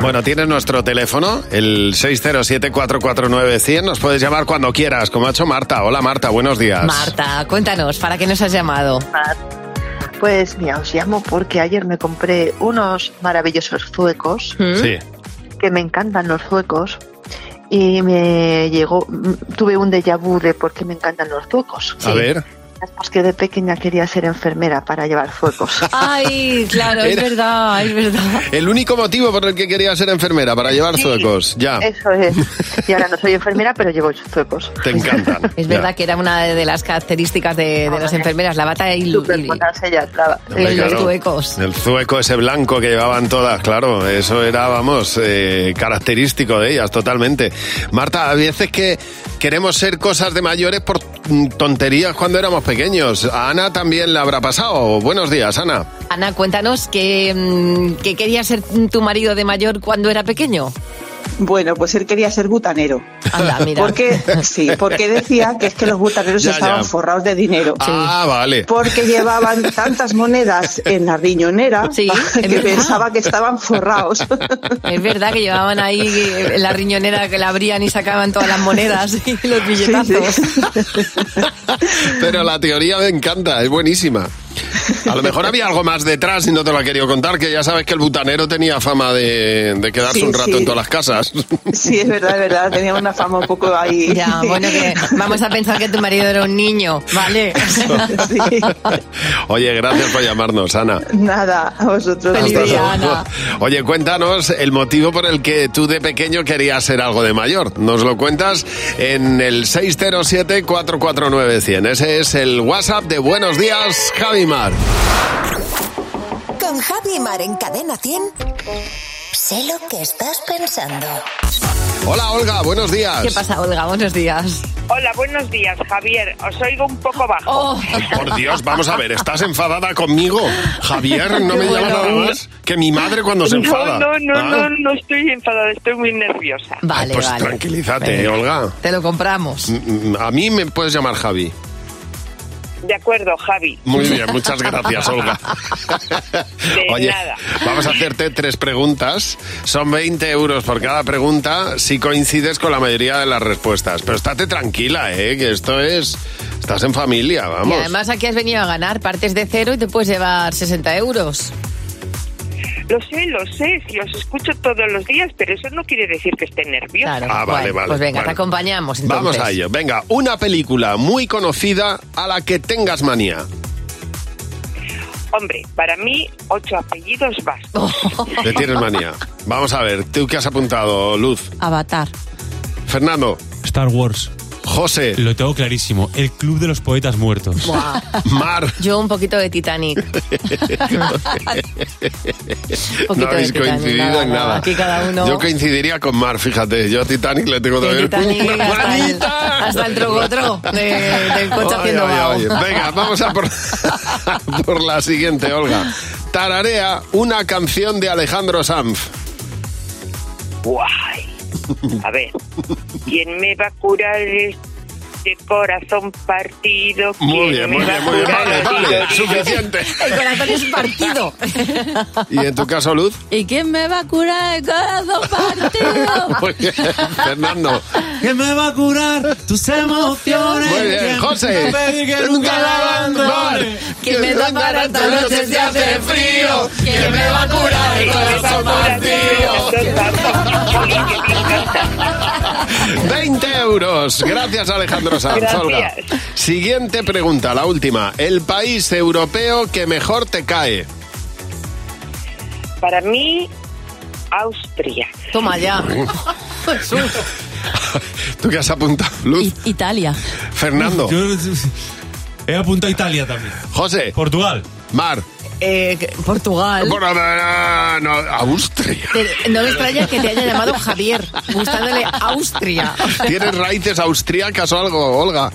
Bueno, tienes nuestro teléfono, el 607-449-100. Nos puedes llamar cuando quieras, como ha hecho Marta. Hola, Marta, buenos días.
Marta, cuéntanos, ¿para qué nos has llamado?
Pues mira, os llamo porque ayer me compré unos maravillosos zuecos,
Mm.
Sí.
que me encantan los zuecos, y me llegó, mm, tuve un déjà vu de por qué me encantan los zuecos.
A ver.
Pues que de pequeña quería ser enfermera para llevar zuecos.
Ay, claro,
es
verdad, es verdad.
El único motivo por el que quería ser enfermera, para llevar suecos. Ya,
Eso es. Y ahora no soy enfermera, pero llevo zuecos.
te encantan.
Es
Ya.
verdad que era una de las características de, de las enfermeras, la bata y, lu- y- y los
claro.
tuecos.
El zueco ese blanco que llevaban todas, claro, eso era, vamos, eh, característico de ellas, totalmente. Marta, a veces que queremos ser cosas de mayores por mm, tonterías cuando éramos pequeños. A Ana también le habrá pasado. Buenos días, Ana.
Ana, cuéntanos que, mm, que quería ser tu marido de mayor cuando era pequeño.
Bueno, pues él quería ser butanero.
Anda, mira.
Porque, sí, porque decía que es que los butaneros
Ya,
estaban
ya.
forrados de dinero.
Ah, vale.
Porque llevaban tantas monedas en la riñonera que
verdad.
pensaba que estaban forrados. pues-
Es verdad que llevaban ahí eh, la riñonera que la abrían y sacaban todas las monedas y los billetazos.
Pero la teoría me encanta, es buenísima. A lo mejor había algo más detrás y no te lo ha querido contar, que ya sabes que el butanero tenía fama de, de quedarse
Sí,
un rato
sí.
en todas las casas.
Sí, es verdad, es verdad. Tenía una fama un poco ahí.
Ya, bueno, que vamos a pensar que tu marido era un niño, ¿vale?
Oye, gracias por llamarnos, Ana.
Nada, a vosotros.
Hasta luego. Oye, cuéntanos el motivo por el que tú de pequeño querías ser algo de mayor. Nos lo cuentas en el 607-449-100. Ese es el WhatsApp de Buenos Días, Javimar.
Con Javi Mar en Cadena 100. Sé lo que estás pensando.
Hola, Olga, buenos días.
¿Qué pasa, Olga? Buenos días.
Hola, buenos días, Javier. Os oigo un poco bajo.
Oh,
Por Dios, vamos a ver, ¿estás enfadada conmigo? Javier, no me llama nada más que mi madre cuando se enfada.
No, no,
Ah,
no, no, no estoy enfadada, estoy muy nerviosa.
Vale,
Pues
vale.
tranquilízate,
Venga.
Olga.
Te lo compramos.
Mm, mm, A mí me puedes llamar Javi.
De acuerdo, Javi.
Muy bien, muchas gracias, Olga.
De
Oye,
nada.
vamos a hacerte tres preguntas. Son 20 euros por cada pregunta si coincides con la mayoría de las respuestas. Pero estate tranquila, ¿eh? que esto es... Estás en familia,
Y
vamos.
además aquí has venido a ganar, partes de cero y te puedes llevar 60 euros.
Lo sé, lo sé, si os escucho todos los días, pero eso no quiere decir que esté nerviosa.
Ah, vale, vale.
Pues venga,
vale.
te acompañamos. Entonces.
Vamos a ello. Venga, una película muy conocida a la que tengas manía.
Hombre, para mí, ocho apellidos vascos.
Le tienes manía. Vamos a ver, ¿tú qué has apuntado, Luz?
Avatar.
Fernando.
Star Wars.
José.
Lo tengo clarísimo. El Club de los Poetas Muertos.
Buah.
Mar.
Yo un poquito de Titanic.
No
poquito de
habéis
Titanic,
coincidido
nada,
en
nada.
nada.
Aquí cada uno.
Yo coincidiría con Mar, fíjate. Yo a Titanic le tengo
De
también.
Titanic hasta el, hasta el trogotro de- del coche
Oye,
haciendo
oye,
vaho.
oye. Venga, vamos a por, por la siguiente, Olga. Tararea una canción de Alejandro Sanz.
Guay. A ver, ¿quién me va a curar este corazón partido?
Muy bien,
¿Quién me
muy
va
bien,
a
muy bien.
curar
Vale,
este
vale,
dolor?
suficiente.
El corazón es partido.
¿Y en tu caso, Luz?
¿Y quién me va a curar el corazón partido?
Muy bien. Fernando.
Que me va a curar tus emociones.
Muy bien, José.
Que pedir que nunca la abandone.
Que me da para esta noche si hace frío. Que me va a curar el corazón
partido.
20 euros. Gracias, Alejandro Sanz.
Gracias.
Olga. Siguiente pregunta, la última. El país europeo que mejor te cae.
Para mí, Austria.
Toma ya.
¿Tú qué has apuntado, Luz?
Italia.
Fernando.
Yo he apuntado a Italia también.
José.
Portugal.
Mar.
Eh, que- Portugal.
Bueno, no, no, no, Austria.
Te- No me extraña que te haya llamado Javier, gustándole Austria.
¿Tienes raíces austríacas o algo, Olga?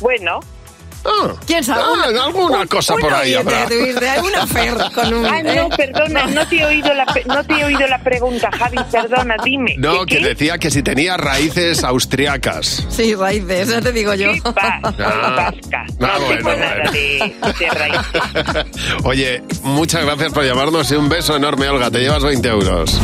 Bueno.
Ah.
¿Quién sabe?
Ah,
Una-
alguna cosa por ahí habrá.
Ah, no,
¿eh?
perdona, no te, he oído la, pe- no te he oído la pregunta, Javi, perdona, dime.
No,
¿Qué,
que
qué?
decía que si tenía raíces austriacas.
Sí, raíces, ya te digo yo.
Ah, ah, bueno, bueno. Oye, muchas gracias por llamarnos y un beso enorme, Olga. Te llevas 20 euros.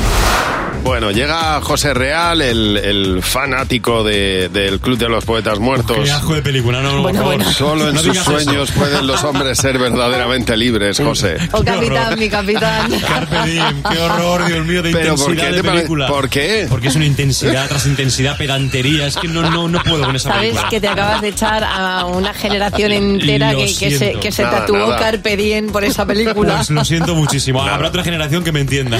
Bueno, llega José Real, el, el fanático de- del Club de los Poetas Muertos.
Qué asco de película, no, no,
Por
por favor.
favor, Solo en
No
sus
digas eso.
sueños pueden los hombres ser verdaderamente libres, José.
Oh, capitán, mi capitán.
Qué horror, Dios mío, de
Pero ¿por
intensidad
qué
de
te pare-
película.
¿Por qué?
Porque es una intensidad tras intensidad, pedantería. Es que no, no, no puedo con esa
Sabes
película.
que te acabas de echar a una generación entera
Lo
que, que se,
siento.
que se
Nada,
tatuó
nada.
Carpe Diem por esa película.
Pues lo siento muchísimo. Habrá otra generación que me entienda.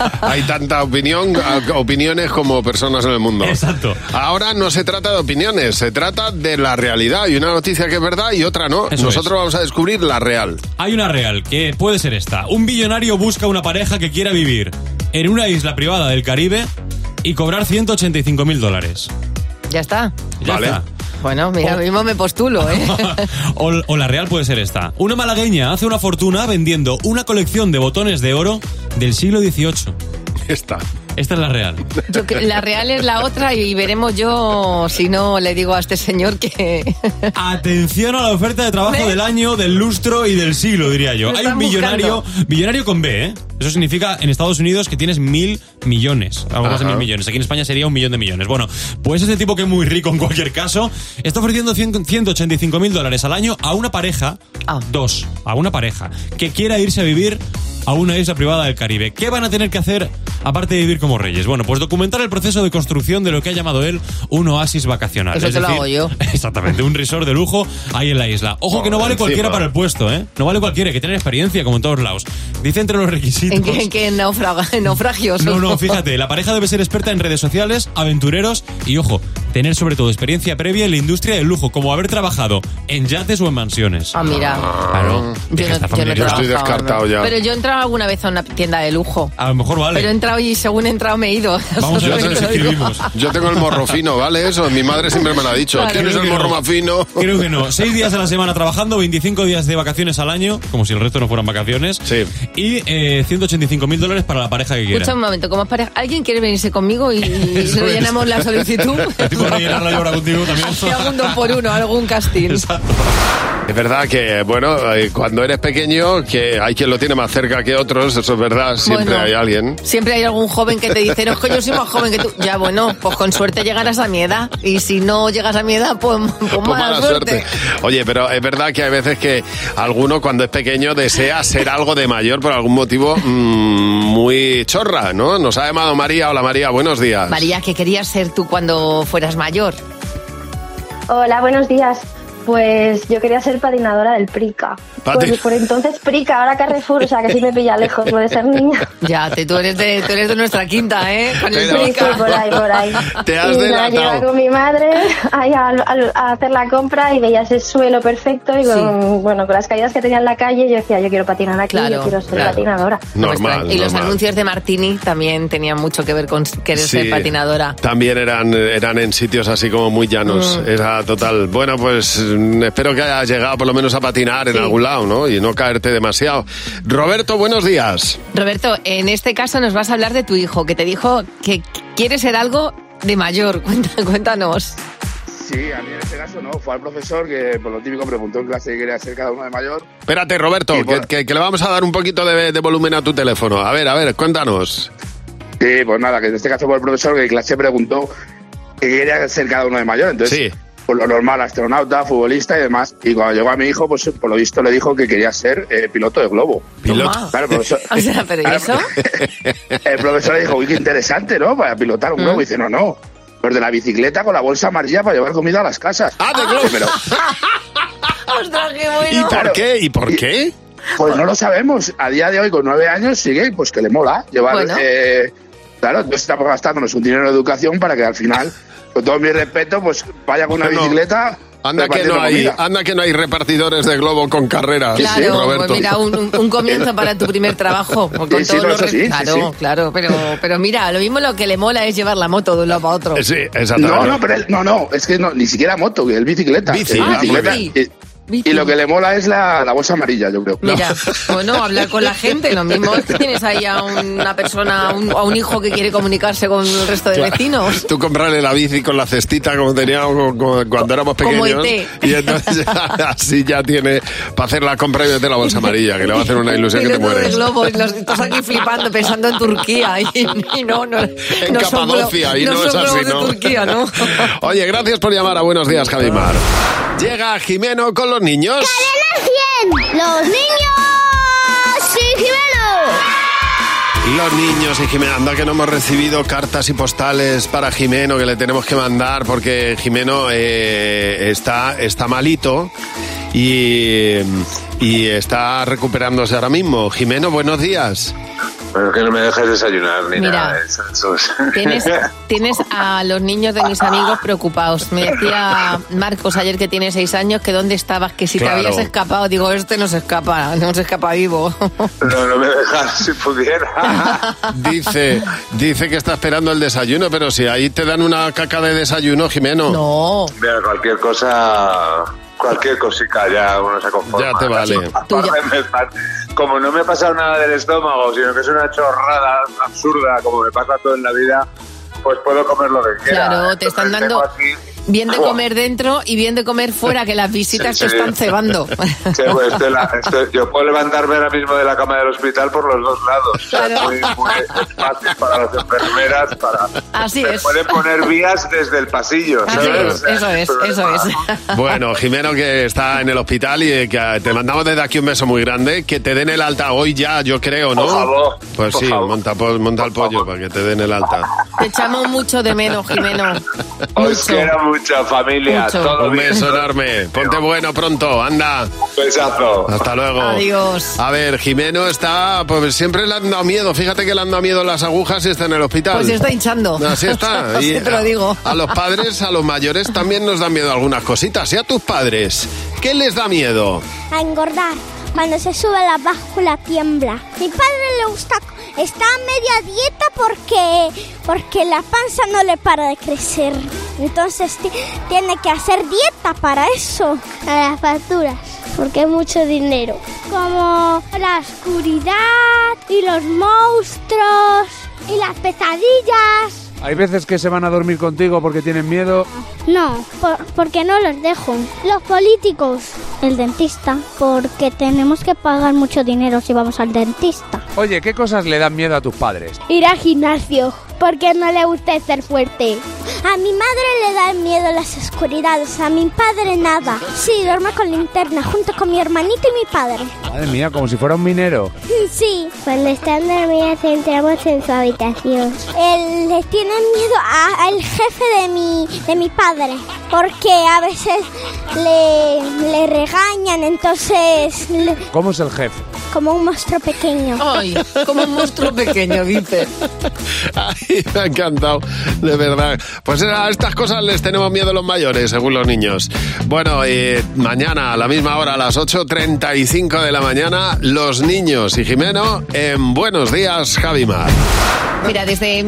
Ah, Hay tanta opinión, a- opiniones como personas en el mundo. Exacto. Ahora no se trata de opiniones, se trata de la realidad. Hay una noticia que es verdad y otra no.
Eso
Nosotros vamos a descubrir la real.
Hay una real que puede ser esta. Un billonario busca una pareja que quiera vivir en una isla privada del Caribe y cobrar 185 mil dólares.
Ya está.
Ya está.
Bueno,
Pues-
mira, mismo me postulo, ¿eh?
O, o la real puede ser esta. Una malagueña hace una fortuna vendiendo una colección de botones de oro del siglo XVIII.
Esta.
Esta es la real.
Yo cre- la real es la otra y veremos yo si no le digo a este señor que...
Atención a la oferta de trabajo del año, del lustro y del siglo, diría yo.
Lo
Hay un
están
millonario,
buscando.
millonario con B, ¿eh? Eso significa en Estados Unidos que tienes mil millones, algo más de
Ajá.
mil millones. Aquí en España sería un millón de millones. Bueno, pues este tipo que es muy rico en cualquier caso, está ofreciendo 185 mil dólares al año a una pareja,
Ah.
dos, a una pareja, que quiera irse a vivir a una isla privada del Caribe. ¿Qué van a tener que hacer aparte de vivir como reyes? Bueno, pues documentar el proceso de construcción de lo que ha llamado él un oasis vacacional.
Eso
Es
te lo
decir,
hago yo.
Exactamente, un resort de lujo ahí en la isla. Ojo que no vale
Encima.
cualquiera para el puesto, ¿eh? No vale cualquiera, hay que tener experiencia como en todos lados. Dice entre los requisitos.
¿En qué, en qué naufraga- en naufragios?
No, no, fíjate, la pareja debe ser experta en redes sociales, aventureros y, ojo, tener sobre todo experiencia previa en la industria del lujo, como haber trabajado en yates o en mansiones.
Ah, mira.
Claro,
Yo
es que está
no- yo no he
familiarizado.
trabajado, ¿no? Pero yo he entrado alguna vez a una tienda de lujo.
A lo mejor vale.
Pero he entrado y según he entrado me he ido.
yo,
Eso te lo digo. "Ah,
yo tengo el morro fino, ¿vale? Eso, mi madre siempre me lo ha dicho.
Claro.
¿Tienes
Creo
el
que
morro
no.
más fino?
Creo que no. Seis días a la semana trabajando, 25 días de vacaciones al año, como si el resto no fueran vacaciones. Sí. Y eh, 185 mil dólares para la pareja que quiera.
Escucha un momento, como es pareja, ¿alguien quiere venirse conmigo y, y
Eso es.
rellenamos la solicitud?
Para llenarla yo ahora contigo también.
Hace algún dos por uno, algún casting.
Es verdad que, bueno, eh, cuando eres pequeño, que hay quien lo tiene más cerca que otros, eso es verdad, siempre
Bueno.
hay alguien.
Siempre hay algún joven que te dice, no, es que yo soy más joven que tú. Ya, bueno, pues con suerte llegarás a mi edad. Y si no llegas a mi edad, pues, pues
Pues
mala, suerte.
Oye, pero es verdad que hay veces que alguno cuando es pequeño desea ser algo de mayor por algún motivo mm, muy chorra, ¿no? Nos ha llamado María. Hola María, buenos días.
María, ¿qué querías ser tú cuando fueras mayor?
Hola, buenos días. Pues yo quería ser patinadora del Prica. Pues
Pati-
Por, por entonces Prica, ahora Carrefour, o sea que sí me pilla lejos lo de ser niña.
Ya, te, tú, eres de, tú eres de nuestra quinta, ¿eh? Con el
Sí, sí,
Prica.
por ahí, por ahí.
Te has
y nada,
delatado.
llevaba con mi madre ahí al- al- a, hacer la compra y veía ese suelo perfecto y con, bueno, con las caídas que tenía en la calle yo decía, yo quiero patinar aquí,
Claro,
yo quiero ser
claro.
patinadora.
Normal,
Y los
normal.
anuncios de Martini también tenían mucho que ver con querer ser
Sí.
patinadora.
También eran, eran en sitios así como muy llanos.
Mm.
Era total. Bueno, pues mm, espero que hayas llegado por lo menos a patinar en algún lado, ¿no? Y no caerte demasiado. Roberto, buenos días.
Roberto, en este caso nos vas a hablar de tu hijo, que te dijo que quiere ser algo de mayor. Cuenta- Cuéntanos.
Sí, a mí en este caso no, fue al profesor que por lo típico preguntó en clase qué quería hacer cada uno de mayor.
Espérate, Roberto, que, que- que le vamos a dar un poquito de, de volumen a tu teléfono. A ver, a ver, cuéntanos.
Sí, pues nada, que en este caso fue el profesor que en clase preguntó qué quería ser cada uno de mayor. Entonces, por lo normal, astronauta, futbolista y demás. Y cuando llegó a mi hijo, pues por lo visto le dijo que quería ser eh, piloto de globo.
¿Piloto?
Claro, el profesor,
O sea, pero ¿y eso?
el profesor le dijo, uy, qué interesante, ¿no? Para pilotar un
Mm.
globo. Y dice, no, no. Los de la bicicleta con la bolsa amarilla para llevar comida a las casas. ¡Ah, de globo!
¡Ostras, qué bueno!
qué? ¿Y por qué?
Pues no lo sabemos. A día de hoy, con nueve años, sigue, pues que le mola llevar.
Bueno.
eh, claro, no estamos gastándonos un dinero de educación para que al final, con todo mi respeto, pues vaya con una
Bueno,
bicicleta.
Anda que, no
repartiendo
hay,
comida.
anda que no hay repartidores de globo con carrera,
Claro,
Ah, Roberto.
pues mira, un, un- un comienzo para tu primer trabajo. Con
Sí, sí,
todos
no,
los
eso sí,
re-
sí,
claro,
sí.
claro, pero, pero mira, lo mismo lo que le mola es llevar la moto de un lado a otro.
Ah, Sí, eh,
No, no, pero él- no, no, es que no, ni siquiera moto, es bicicleta.
Bici,
Eh,
ah,
bicicleta.
bici.
Eh, Y, lo que le mola es la, la bolsa amarilla, yo creo.
Mira, bueno, hablar con la gente, lo mismo tienes ahí a una persona, a un, a un hijo que quiere comunicarse con el resto de
Claro.
vecinos.
Tú comprarle la bici con la cestita como teníamos cu- cuando éramos
Como
pequeños.
IT.
Y entonces así ya tiene para hacer la compra y meter la bolsa amarilla, que le va a hacer una ilusión que te
Piloto de
mueres.
globo, y los- estás aquí flipando, pensando en Turquía. Y, y no, no,
En
no son glo-
Capadocia, y no, es
son
así,
globos de
¿no?
Turquía, ¿no?
Oye, gracias por llamar a Buenos Días, Javimar. Llega Jimeno con los niños.
¡Los niños! ¡Sí,
Los niños y Jimeno, anda que no hemos recibido cartas y postales para Jimeno que le tenemos que mandar porque Jimeno eh, está, está malito y, y está recuperándose ahora mismo. Jimeno, buenos días.
Bueno, que no me dejes desayunar ni
Mira,
nada. Eso, eso es-
Tienes, tienes a los niños de mis amigos preocupados. Me decía Marcos ayer que tiene seis años que dónde estabas, que si
Claro.
te habías escapado. Digo, este no se escapa, no se escapa vivo.
No, no me dejas si pudiera.
Dice, dice que está esperando el desayuno, pero si ahí te dan una caca de desayuno, Jimeno.
No.
Mira, cualquier cosa Cualquier cosica ya uno se conforma.
Ya te vale.
Aparte me pa- como no me ha pasado nada del estómago, sino que es una chorrada absurda, como me pasa todo en la vida, pues puedo comer lo que quiera.
Claro, te están
Entonces,
dando bien de comer dentro y bien de comer fuera, que las visitas
Sí,
te
sí.
están cebando.
Sí, pues, estoy la- estoy- yo puedo levantarme ahora mismo de la cama del hospital por los dos lados. O sea,
Claro.
muy, muy- es fácil para las enfermeras, para...
Así
me
es.
pueden poner vías desde el pasillo,
Así
¿sabes? O
es,
sea,
eso es, eso
Pues.
es.
Ah. Bueno, Jimeno, que está en el hospital y eh, que te mandamos desde aquí un beso muy grande. Que te den el alta hoy ya, yo creo, ¿no?
Por favor,
Pues
por
sí,
favor.
monta, po- monta el pollo para que te den el alta.
Te echamos mucho de menos, Jimeno.
Os quiero mucho, familia.
Mucho.
Todo
Un
bien.
beso enorme. Ponte bueno pronto, anda.
Besazo.
Hasta luego.
Adiós.
A ver, Jimeno está, pues siempre le han dado miedo. Fíjate que le han dado miedo las agujas y está en el hospital.
Pues se está hinchando.
Así está.
Así
Y
te lo digo.
A, a los padres, a los mayores también nos dan miedo algunas cositas. Y a tus padres, ¿qué les da miedo?
a engordar. Cuando se sube la báscula tiembla. Mi padre le gusta, está a media dieta porque, porque la panza no le para de crecer. Entonces ti- tiene que hacer dieta para eso. A las facturas, porque es mucho dinero. Como la oscuridad y los monstruos y las pesadillas.
Hay veces que se van a dormir contigo porque tienen miedo.
No, por- porque no los dejo. Los políticos. El dentista, porque tenemos que pagar mucho dinero si vamos al dentista.
Oye, ¿qué cosas le dan miedo a tus padres?
Ir al gimnasio, porque no le gusta ser fuerte. A mi madre le dan miedo las oscuridades, a mi padre nada. Sí, duerme con linterna junto con mi hermanito y mi padre.
Madre mía, como si fuera un minero.
Sí. Cuando están dormidas entramos en su habitación. les tienen miedo a- al jefe de mi, de mi padre, porque a veces le, le regañan, entonces le-
¿Cómo es el jefe?
como un monstruo pequeño.
Ay, como un monstruo pequeño, dice.
Ay, me ha encantado, de verdad. Pues a estas cosas les tenemos miedo los mayores, según los niños. Bueno, eh, mañana a la misma hora, a las 8.35 de la mañana, los niños y Jimeno en Buenos Días, Javimar.
Mira, desde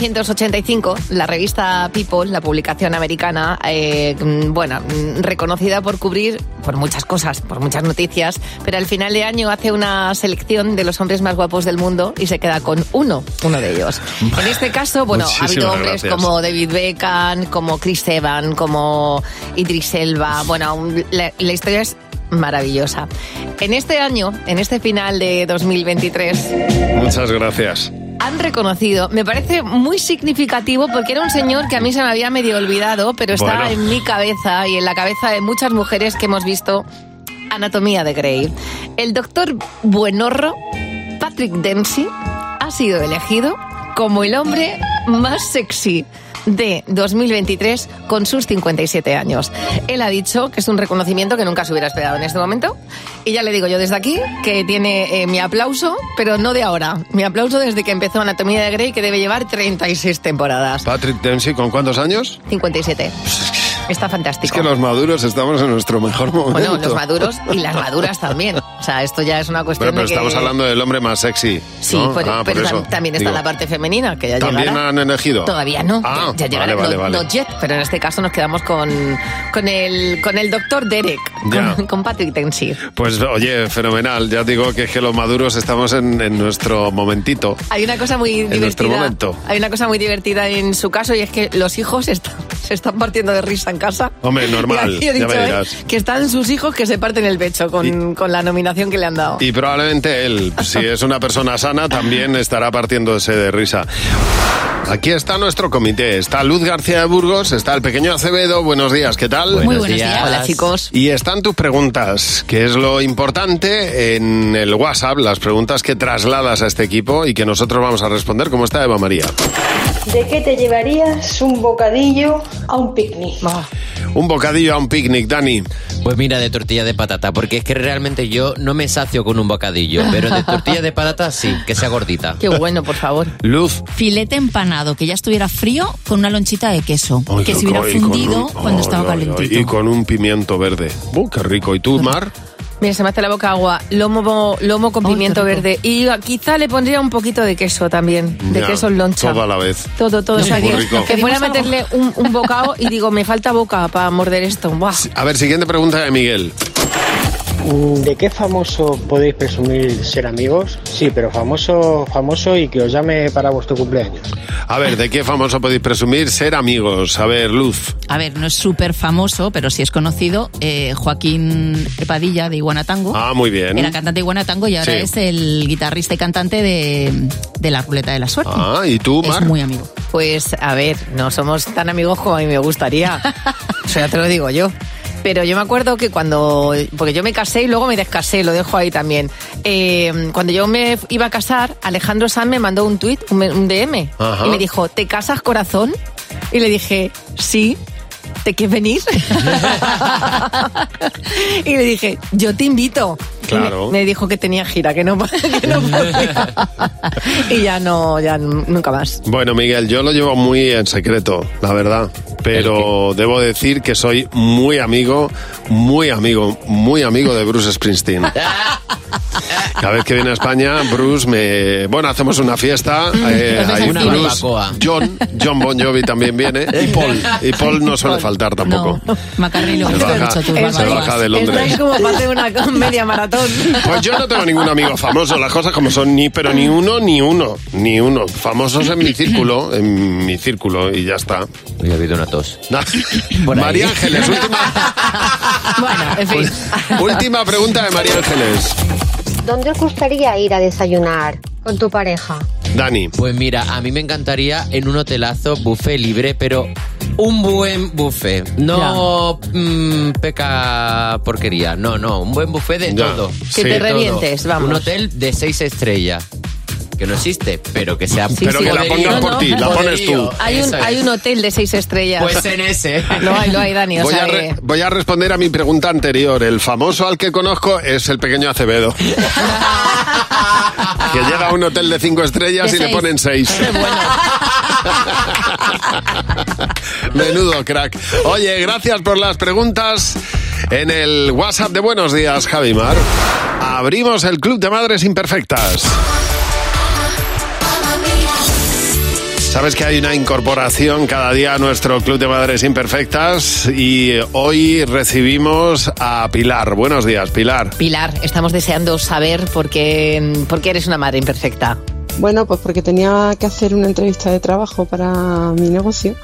1985, la revista People, la publicación americana, eh, mm, bueno, mm, reconocida por cubrir por muchas cosas, por muchas noticias, pero al final de año hace una selección de los hombres más guapos del mundo y se queda con uno, uno de ellos. En este caso, bueno, ha habido
Muchísimas
hombres
gracias.
como David Beckham, como Chris Evans, como Idris Elba. Bueno, un- la, la historia es maravillosa. En este año, en este final de 2023,
Muchas gracias.
han reconocido. Me parece muy significativo porque era un señor que a mí se me había medio olvidado, pero está
Bueno.
en mi cabeza y en la cabeza de muchas mujeres que hemos visto Anatomía de Grey. El doctor Buenorro, Patrick Dempsey, ha sido elegido como el hombre más sexy de 2023 con sus 57 años. Él ha dicho que es un reconocimiento que nunca se hubiera esperado en este momento y ya le digo yo desde aquí que tiene eh, mi aplauso, pero no de ahora, mi aplauso desde que empezó Anatomía de Grey que debe llevar 36 temporadas.
Patrick Dempsey, ¿con cuántos años?
57. Está fantástico.
Es que los maduros estamos en nuestro mejor momento.
Bueno, los maduros y las maduras también. O sea, esto ya es una
Pero,
cuestión
pero
de que...
estamos hablando del hombre más sexy.
Sí,
¿no?
por-
Ah, por
pero
eso.
tam- también está
Digo,
la parte femenina, que ya
¿También
llegará.
han elegido?
Todavía no,
Ah,
ya, ya llegará.
vale, vale,
no,
vale.
no yet, pero en este caso nos quedamos con, con, el, con el doctor Derek,
Ya.
con, con Patrick Dempsey.
Pues oye, fenomenal. Ya digo que es que los maduros estamos en, en nuestro momentito.
Hay una cosa muy divertida.
nuestro momento.
Hay una cosa muy divertida en su caso y es que los hijos están, se están partiendo de risa en casa.
Hombre, normal,
Y aquí he
ya me
dicho, ¿eh?
dirás.
que están sus hijos que se parten el pecho con, con la nominación que le han dado.
Y probablemente él, si es una persona sana, también estará partiéndose de risa. Aquí está nuestro comité. Está Luz García de Burgos, está el pequeño Acevedo. Buenos días, ¿qué tal?
Muy buenos días. días. Hola, chicos.
Y están tus preguntas, que es lo importante en el WhatsApp, las preguntas que trasladas a este equipo y que nosotros vamos a responder. ¿Cómo está Eva María?
¿De qué te llevarías un bocadillo a un picnic?
Un bocadillo a un picnic, Dani.
Pues mira, de tortilla de patata, porque es que realmente yo no me sacio con un bocadillo, pero de tortilla de patata sí, que sea gordita.
Qué bueno, por favor.
Luz.
Filete empanado, que ya estuviera frío, con una lonchita de queso.
Ay,
que se
con-
hubiera
y con
fundido
un-
cuando
ay,
estaba
ay, ay,
calentito.
Y con un pimiento verde. Uh, ¡Qué rico! ¿Y tú, Mar?
Mira, se me hace la boca agua. Lomo, lomo con pimiento verde. Y quizá le pondría un poquito de queso también. De
Ya,
queso en loncha.
Todo a la vez.
Todo, todo. O sea,
Muy
que,
rico.
que fuera a meterle un, un bocado y digo, me falta boca para morder esto. Buah.
A ver, siguiente pregunta de Miguel.
Mm, ¿De qué famoso podéis presumir ser amigos? Sí, pero famoso, famoso y que os llame para vuestro cumpleaños.
A ver, ¿de qué famoso podéis presumir ser amigos? A ver, Luz.
A ver, no es súper famoso, pero sí es conocido, eh, Joaquín Padilla de Iguanatango.
Ah, muy bien.
Era cantante de Iguanatango y ahora
Sí.
es el guitarrista y cantante de, de La Ruleta de la Suerte.
Ah, ¿y tú, Mar?
Es muy amigo.
Pues, a ver, no somos tan amigos como a mí me gustaría. o sea, te lo digo yo. Pero yo me acuerdo que cuando, porque yo me casé y luego me descasé, lo dejo ahí también. Eh, cuando yo me iba a casar, Alejandro Sanz me mandó un tuit, un, un DM,
Ajá.
y me dijo, ¿te casas corazón? Y le dije, sí. ¿Te quieres venir? y le dije, yo te invito. Y me-
Claro.
Me, dijo que tenía gira, que no, que no podía. y ya no, ya n- nunca más.
Bueno, Miguel, yo lo llevo muy en secreto, la verdad. Pero debo decir que soy muy amigo, muy amigo, muy amigo de Bruce Springsteen. Cada vez que viene a España, Bruce me... Bueno, hacemos una fiesta. eh,
hacéis
hay
una
Bruce,
barbacoa.
John, John Bon Jovi también viene. Y Paul. Y Paul no suele faltar tampoco.
Macarrillo,
Se
te lo he
baja-
dicho tú,
se
barbacoas.
baja de Londres.
Es como parte de una media maratón.
Pues yo no tengo ningún amigo famoso, las cosas como son, ni pero ni uno, ni uno, ni uno. Famosos en mi círculo, en mi círculo, y ya está.
Hoy ha habido una tos.
María Ángeles, última,
Bueno, en fin.
última pregunta de María Ángeles.
¿Dónde os gustaría ir a desayunar con tu pareja?
Dani.
Pues mira, a mí me encantaría en un hotelazo buffet libre, pero un buen buffet. No mm, peca porquería. No, no, un buen buffet de
Ya,
todo.
Que te
De todo.
revientes, vamos.
Un hotel de seis estrellas. Que no existe, pero que sea.
Sí, Pero sí. que la
Poderío.
pongan por ti, la
Poderío.
pones tú.
Hay un,
Eso es.
hay un hotel de seis estrellas.
Pues en ese.
Lo hay, lo hay, Dani. O
Voy
sea eh,
a, re-
E!
que-
voy a responder a mi pregunta anterior. El famoso al que conozco es el pequeño Acevedo. que llega a un hotel de cinco estrellas
De
y le
seis.
ponen seis. Menudo crack. Oye, gracias por las preguntas. En el WhatsApp de Buenos Días, Javimar, abrimos el Club de Madres Imperfectas. Sabes que hay una incorporación cada día a nuestro Club de Madres Imperfectas y hoy recibimos a Pilar. Buenos días, Pilar.
Pilar, estamos deseando saber por qué, por qué eres una madre imperfecta.
Bueno, pues porque tenía que hacer una entrevista de trabajo para mi negocio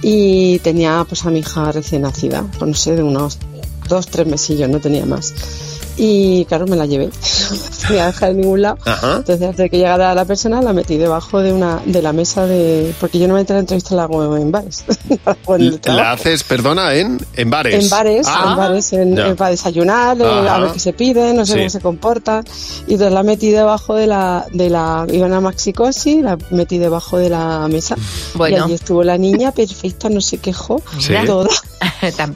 y tenía pues a mi hija recién nacida, pues no sé, de unos dos, tres mesillos, no tenía más. Y claro, me la llevé, no la a dejar en ningún lado. Entonces, antes de que llegara la persona, la metí debajo de una de la mesa de... Porque yo no me la entrevista, la hago en bares. La hago en el
La
trabajo.
haces, perdona, en, en bares.
En bares,
Ah.
en bares, en-
Ya.
en- para desayunar, eh,
Ajá.
a ver qué se piden, no sé
Sí.
cómo se comportan. Y entonces la metí debajo de la, de la, iba a una maxicosi, la metí debajo de la mesa.
Bueno.
Y allí estuvo la niña perfecta, no se quejó,
Sí.
toda,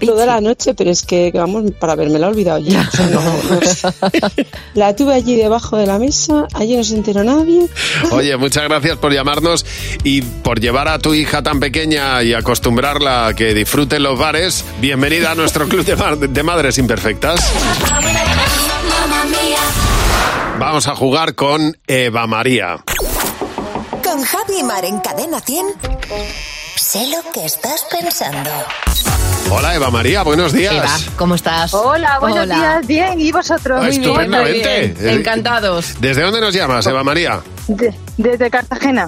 toda la noche, pero es que, vamos, para haberme la olvidado ya. O sea, no, no sé. la tuve allí debajo de la mesa, allí no se enteró nadie.
Oye, muchas gracias por llamarnos y por llevar a tu hija tan pequeña y acostumbrarla a que disfrute los bares. Bienvenida a nuestro Club de, Mar- de Madres Imperfectas. Vamos a jugar con Eva María.
Con Javi Mar en Cadena 100. Sé lo que estás pensando.
Hola, Eva María, buenos días.
Eva, ¿cómo estás?
Hola, buenos
Hola.
días, bien, ¿y vosotros?
Ah, estupendamente. Eh,
Encantados.
¿Desde dónde nos llamas, Eva María?
desde Cartagena.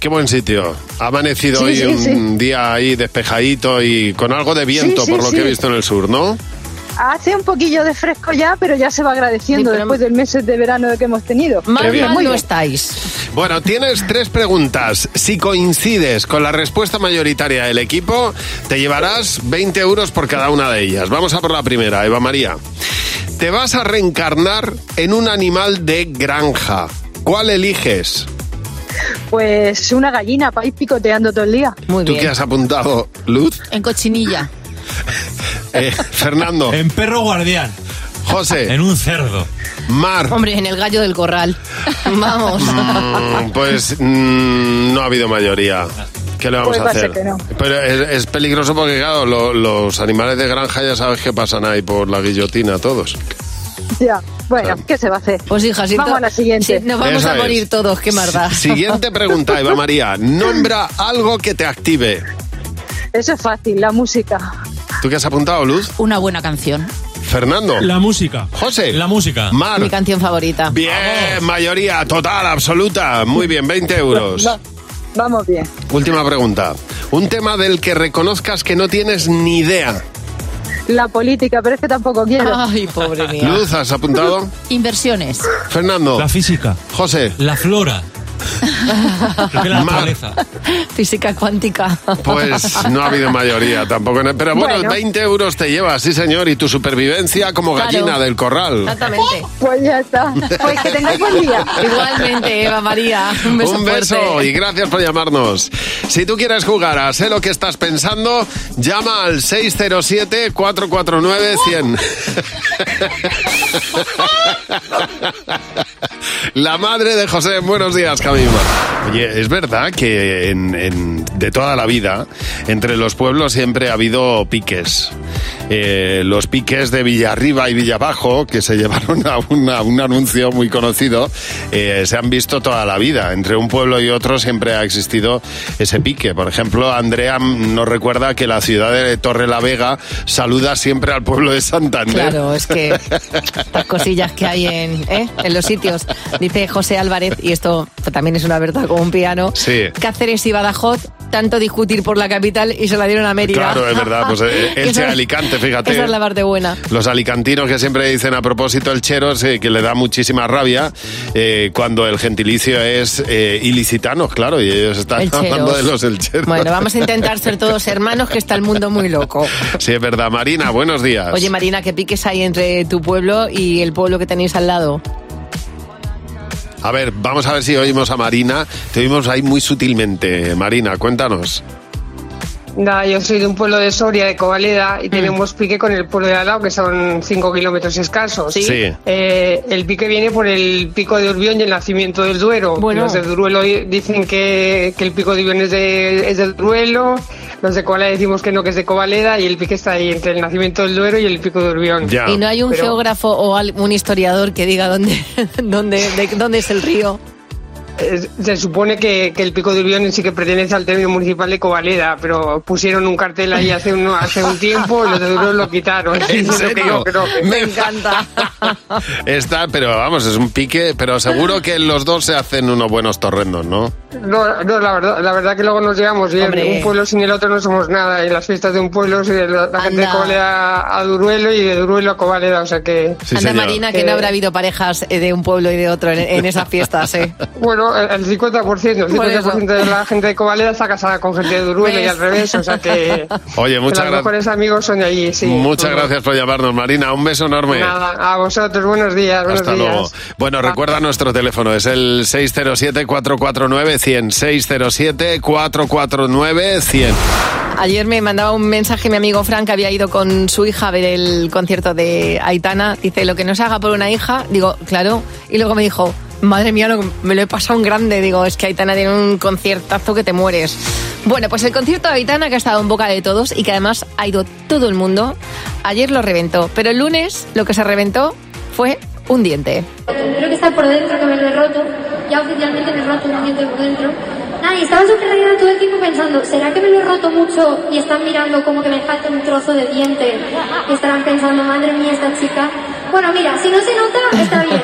Qué buen sitio. Ha amanecido
Sí,
hoy
sí,
un día ahí despejadito y con algo de viento,
Sí, sí,
por lo
sí.
que he visto en el sur, ¿no?
Hace un poquillo de fresco ya, pero ya se va agradeciendo después del mes de verano que hemos tenido.
Qué bien.
Muy
no
bien.
estáis.
Bueno, tienes tres preguntas. Si coincides con la respuesta mayoritaria del equipo, te llevarás 20 euros por cada una de ellas. Vamos a por la primera, Eva María. Te vas a reencarnar en un animal de granja. ¿Cuál eliges?
Pues una gallina para ir picoteando todo el día.
¿Tú qué has apuntado, Luz?
En cochinilla.
Eh, Fernando. En perro guardián. José. En un cerdo. Mar.
Hombre, en el gallo del corral. Vamos.
Mm, Pues mm, no ha habido mayoría. ¿Qué le vamos
Pues
a
va a
hacer?
ser que no.
Pero es, es peligroso porque, claro, lo- los animales de granja ya sabes que pasan ahí por la guillotina todos.
Ya, bueno, ¿qué se va a hacer?
Pues hija, si
Vamos
to-
a la siguiente.
si nos vamos
Eso
a
es.
morir todos, qué maldad.
Siguiente pregunta, Eva María. Nombra algo que te active.
Eso es fácil, la música.
¿Tú qué has apuntado, Luz?
Una buena canción.
Fernando.
La música.
José.
La música.
Mar.
Mi canción favorita.
Bien, mayoría total, absoluta. Muy bien, 20 euros.
Va- vamos bien.
Última pregunta. Un tema del que reconozcas que no tienes ni idea.
La política, pero es que tampoco quiero.
Ay, pobre
Luz, ¿has apuntado?
Inversiones.
Fernando. La física. José.
La flora.
Mar.
Física cuántica.
Pues no ha habido mayoría tampoco. en el- Pero bueno,
Bueno.
20 euros te llevas, sí señor, y tu supervivencia como
Claro.
gallina del corral.
Exactamente.
Pues ya está. Pues que tengáis buen día.
Igualmente, Eva María. Un
Un
beso.
beso,
fuerte.
y gracias por llamarnos. Si tú quieres jugar a Sé lo que estás pensando, llama al 607-449-100. La madre de José, buenos días, Camima. Oye, es verdad que en- en- de toda la vida, entre los pueblos siempre ha habido piques. Eh, los piques de Villarriba y Villabajo, que se llevaron a, una- un anuncio muy conocido, eh, se han visto toda la vida. Entre un pueblo y otro siempre ha existido ese pique. Por ejemplo, Andrea nos recuerda que la ciudad de Torre la Vega saluda siempre al pueblo de Santander.
Claro, es que Estas cosillas que hay en, ¿eh? en los sitios. Dice José Álvarez, y esto también es una verdad como un piano.
Sí.
Cáceres y Badajoz, tanto discutir por la capital y se la dieron a Mérida.
Claro, es verdad. Pues eh,
Que
Elche
esa-
Alicante, fíjate.
Esa es la parte buena.
Los alicantinos que siempre dicen a propósito el chero sí, que le da muchísima rabia eh, cuando el gentilicio es eh, ilicitano, claro, y ellos están
Elcheros.
hablando de los elcheros.
Bueno, vamos a intentar ser todos hermanos, que está el mundo muy loco.
Sí, es verdad. Marina, buenos días.
Oye, Marina, ¿qué piques hay entre tu pueblo y el pueblo que tenéis al lado?
a ver, vamos a ver si oímos a Marina. Te oímos ahí muy sutilmente. Marina, cuéntanos.
Nada, yo soy de un pueblo de Soria, de Covaleda, y
Mm.
tenemos pique con el pueblo de al lado, que son 5 kilómetros escasos.
Sí. Sí.
Eh, el pique viene por el pico de Urbión y el nacimiento del Duero.
Bueno.
Los de Duruelo di- dicen que, que el pico de Urbión es de, es del Duelo, los de Covaleda decimos que no, que es de Covaleda, y el pique está ahí, entre el nacimiento del Duero y el pico de Urbión.
Y no hay un
Pero-
geógrafo o al- un historiador que diga dónde, dónde, de- dónde es el río.
Ah.
Eh, Se supone que, que el Pico de Urbión sí que pertenece al término municipal de Covaleda, pero pusieron un cartel ahí hace un, hace un tiempo y los de Duero lo quitaron.
¿En
Eso es lo que
serio?
yo creo que-
Me
encanta.
Está, pero vamos, es un pique, pero seguro que los dos se hacen unos buenos torrendos, ¿no?
No, no, la verdad, la verdad que luego nos llevamos bien.
Hombre.
Un pueblo sin el otro no somos nada. En las fiestas de un pueblo sí, la, la gente de
Anda.
Covaleda a Duruelo y de Duruelo a Covaleda, o sea que... Eh,
Anda, Marina, que no habrá habido parejas eh, de un pueblo y de otro en, en esas fiestas, ¿eh?
Bueno, el el 50%, el
Por eso.
50% de la gente de Covaleda está casada con gente de Duruelo y
¿Ves?
al revés, o sea que...
Oye,
que
muchas
Los
gra-
mejores amigos son de allí, sí.
Muchas
Bueno.
gracias por llamarnos, Marina. Un beso enorme.
Nada, a vosotros, buenos días, buenos
Hasta
días.
luego. Bueno, recuerda nuestro teléfono, es el 607-449-100. 607-449-100.
Ayer me mandaba un mensaje mi amigo Frank, que había ido con su hija a ver el concierto de Aitana. Dice, lo que no se haga por una hija, digo, claro. Y luego me dijo, madre mía, lo- me lo he pasado un grande. Digo, es que Aitana tiene un conciertazo que te mueres. Bueno, pues el concierto de Aitana, que ha estado en boca de todos y que además ha ido todo el mundo, ayer lo reventó. Pero el lunes lo que se reventó fue un diente.
Tendré que estar por dentro, que me lo he roto. Ya oficialmente me he roto un diente por dentro. Nadie, estaba sorprendida todo el tiempo pensando, ¿será que me lo he roto mucho y están mirando como que me falta un trozo de diente? Y estarán pensando, madre mía, esta chica. Bueno, mira, si no se nota, está bien.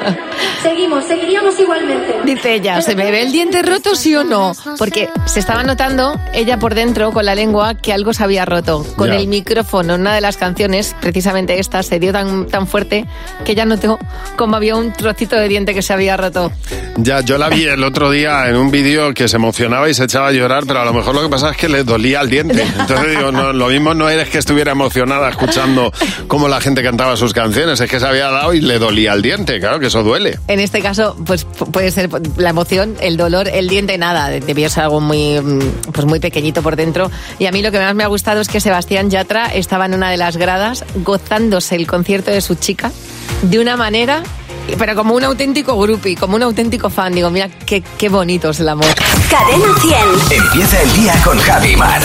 Seguimos, seguiríamos igualmente.
Dice ella, ¿se me ve el diente roto, sí o no? Porque se estaba notando ella por dentro con la lengua que algo se había roto. Con
Ya.
el micrófono, en una de las canciones, precisamente esta, se dio tan, tan fuerte que ella notó como había un trocito de diente que se había roto.
Ya, yo la vi el otro día en un vídeo que se emocionaba y se echaba a llorar, pero a lo mejor lo que pasaba es que le dolía el diente. Entonces digo, no, lo mismo no eres que estuviera emocionada escuchando cómo la gente cantaba sus canciones, es que se había dado y le dolía el diente, claro que eso duele.
En este caso, pues pu- puede ser la emoción, el dolor, el diente, nada. Debió ser algo muy, mm, pues muy pequeñito por dentro. Y a mí lo que más me ha gustado es que Sebastián Yatra estaba en una de las gradas gozándose el concierto de su chica de una manera, pero como un auténtico groupie, como un auténtico fan. Digo, mira qué, qué bonito es el amor.
Cadena 100.
Empieza el día con Javi Mar.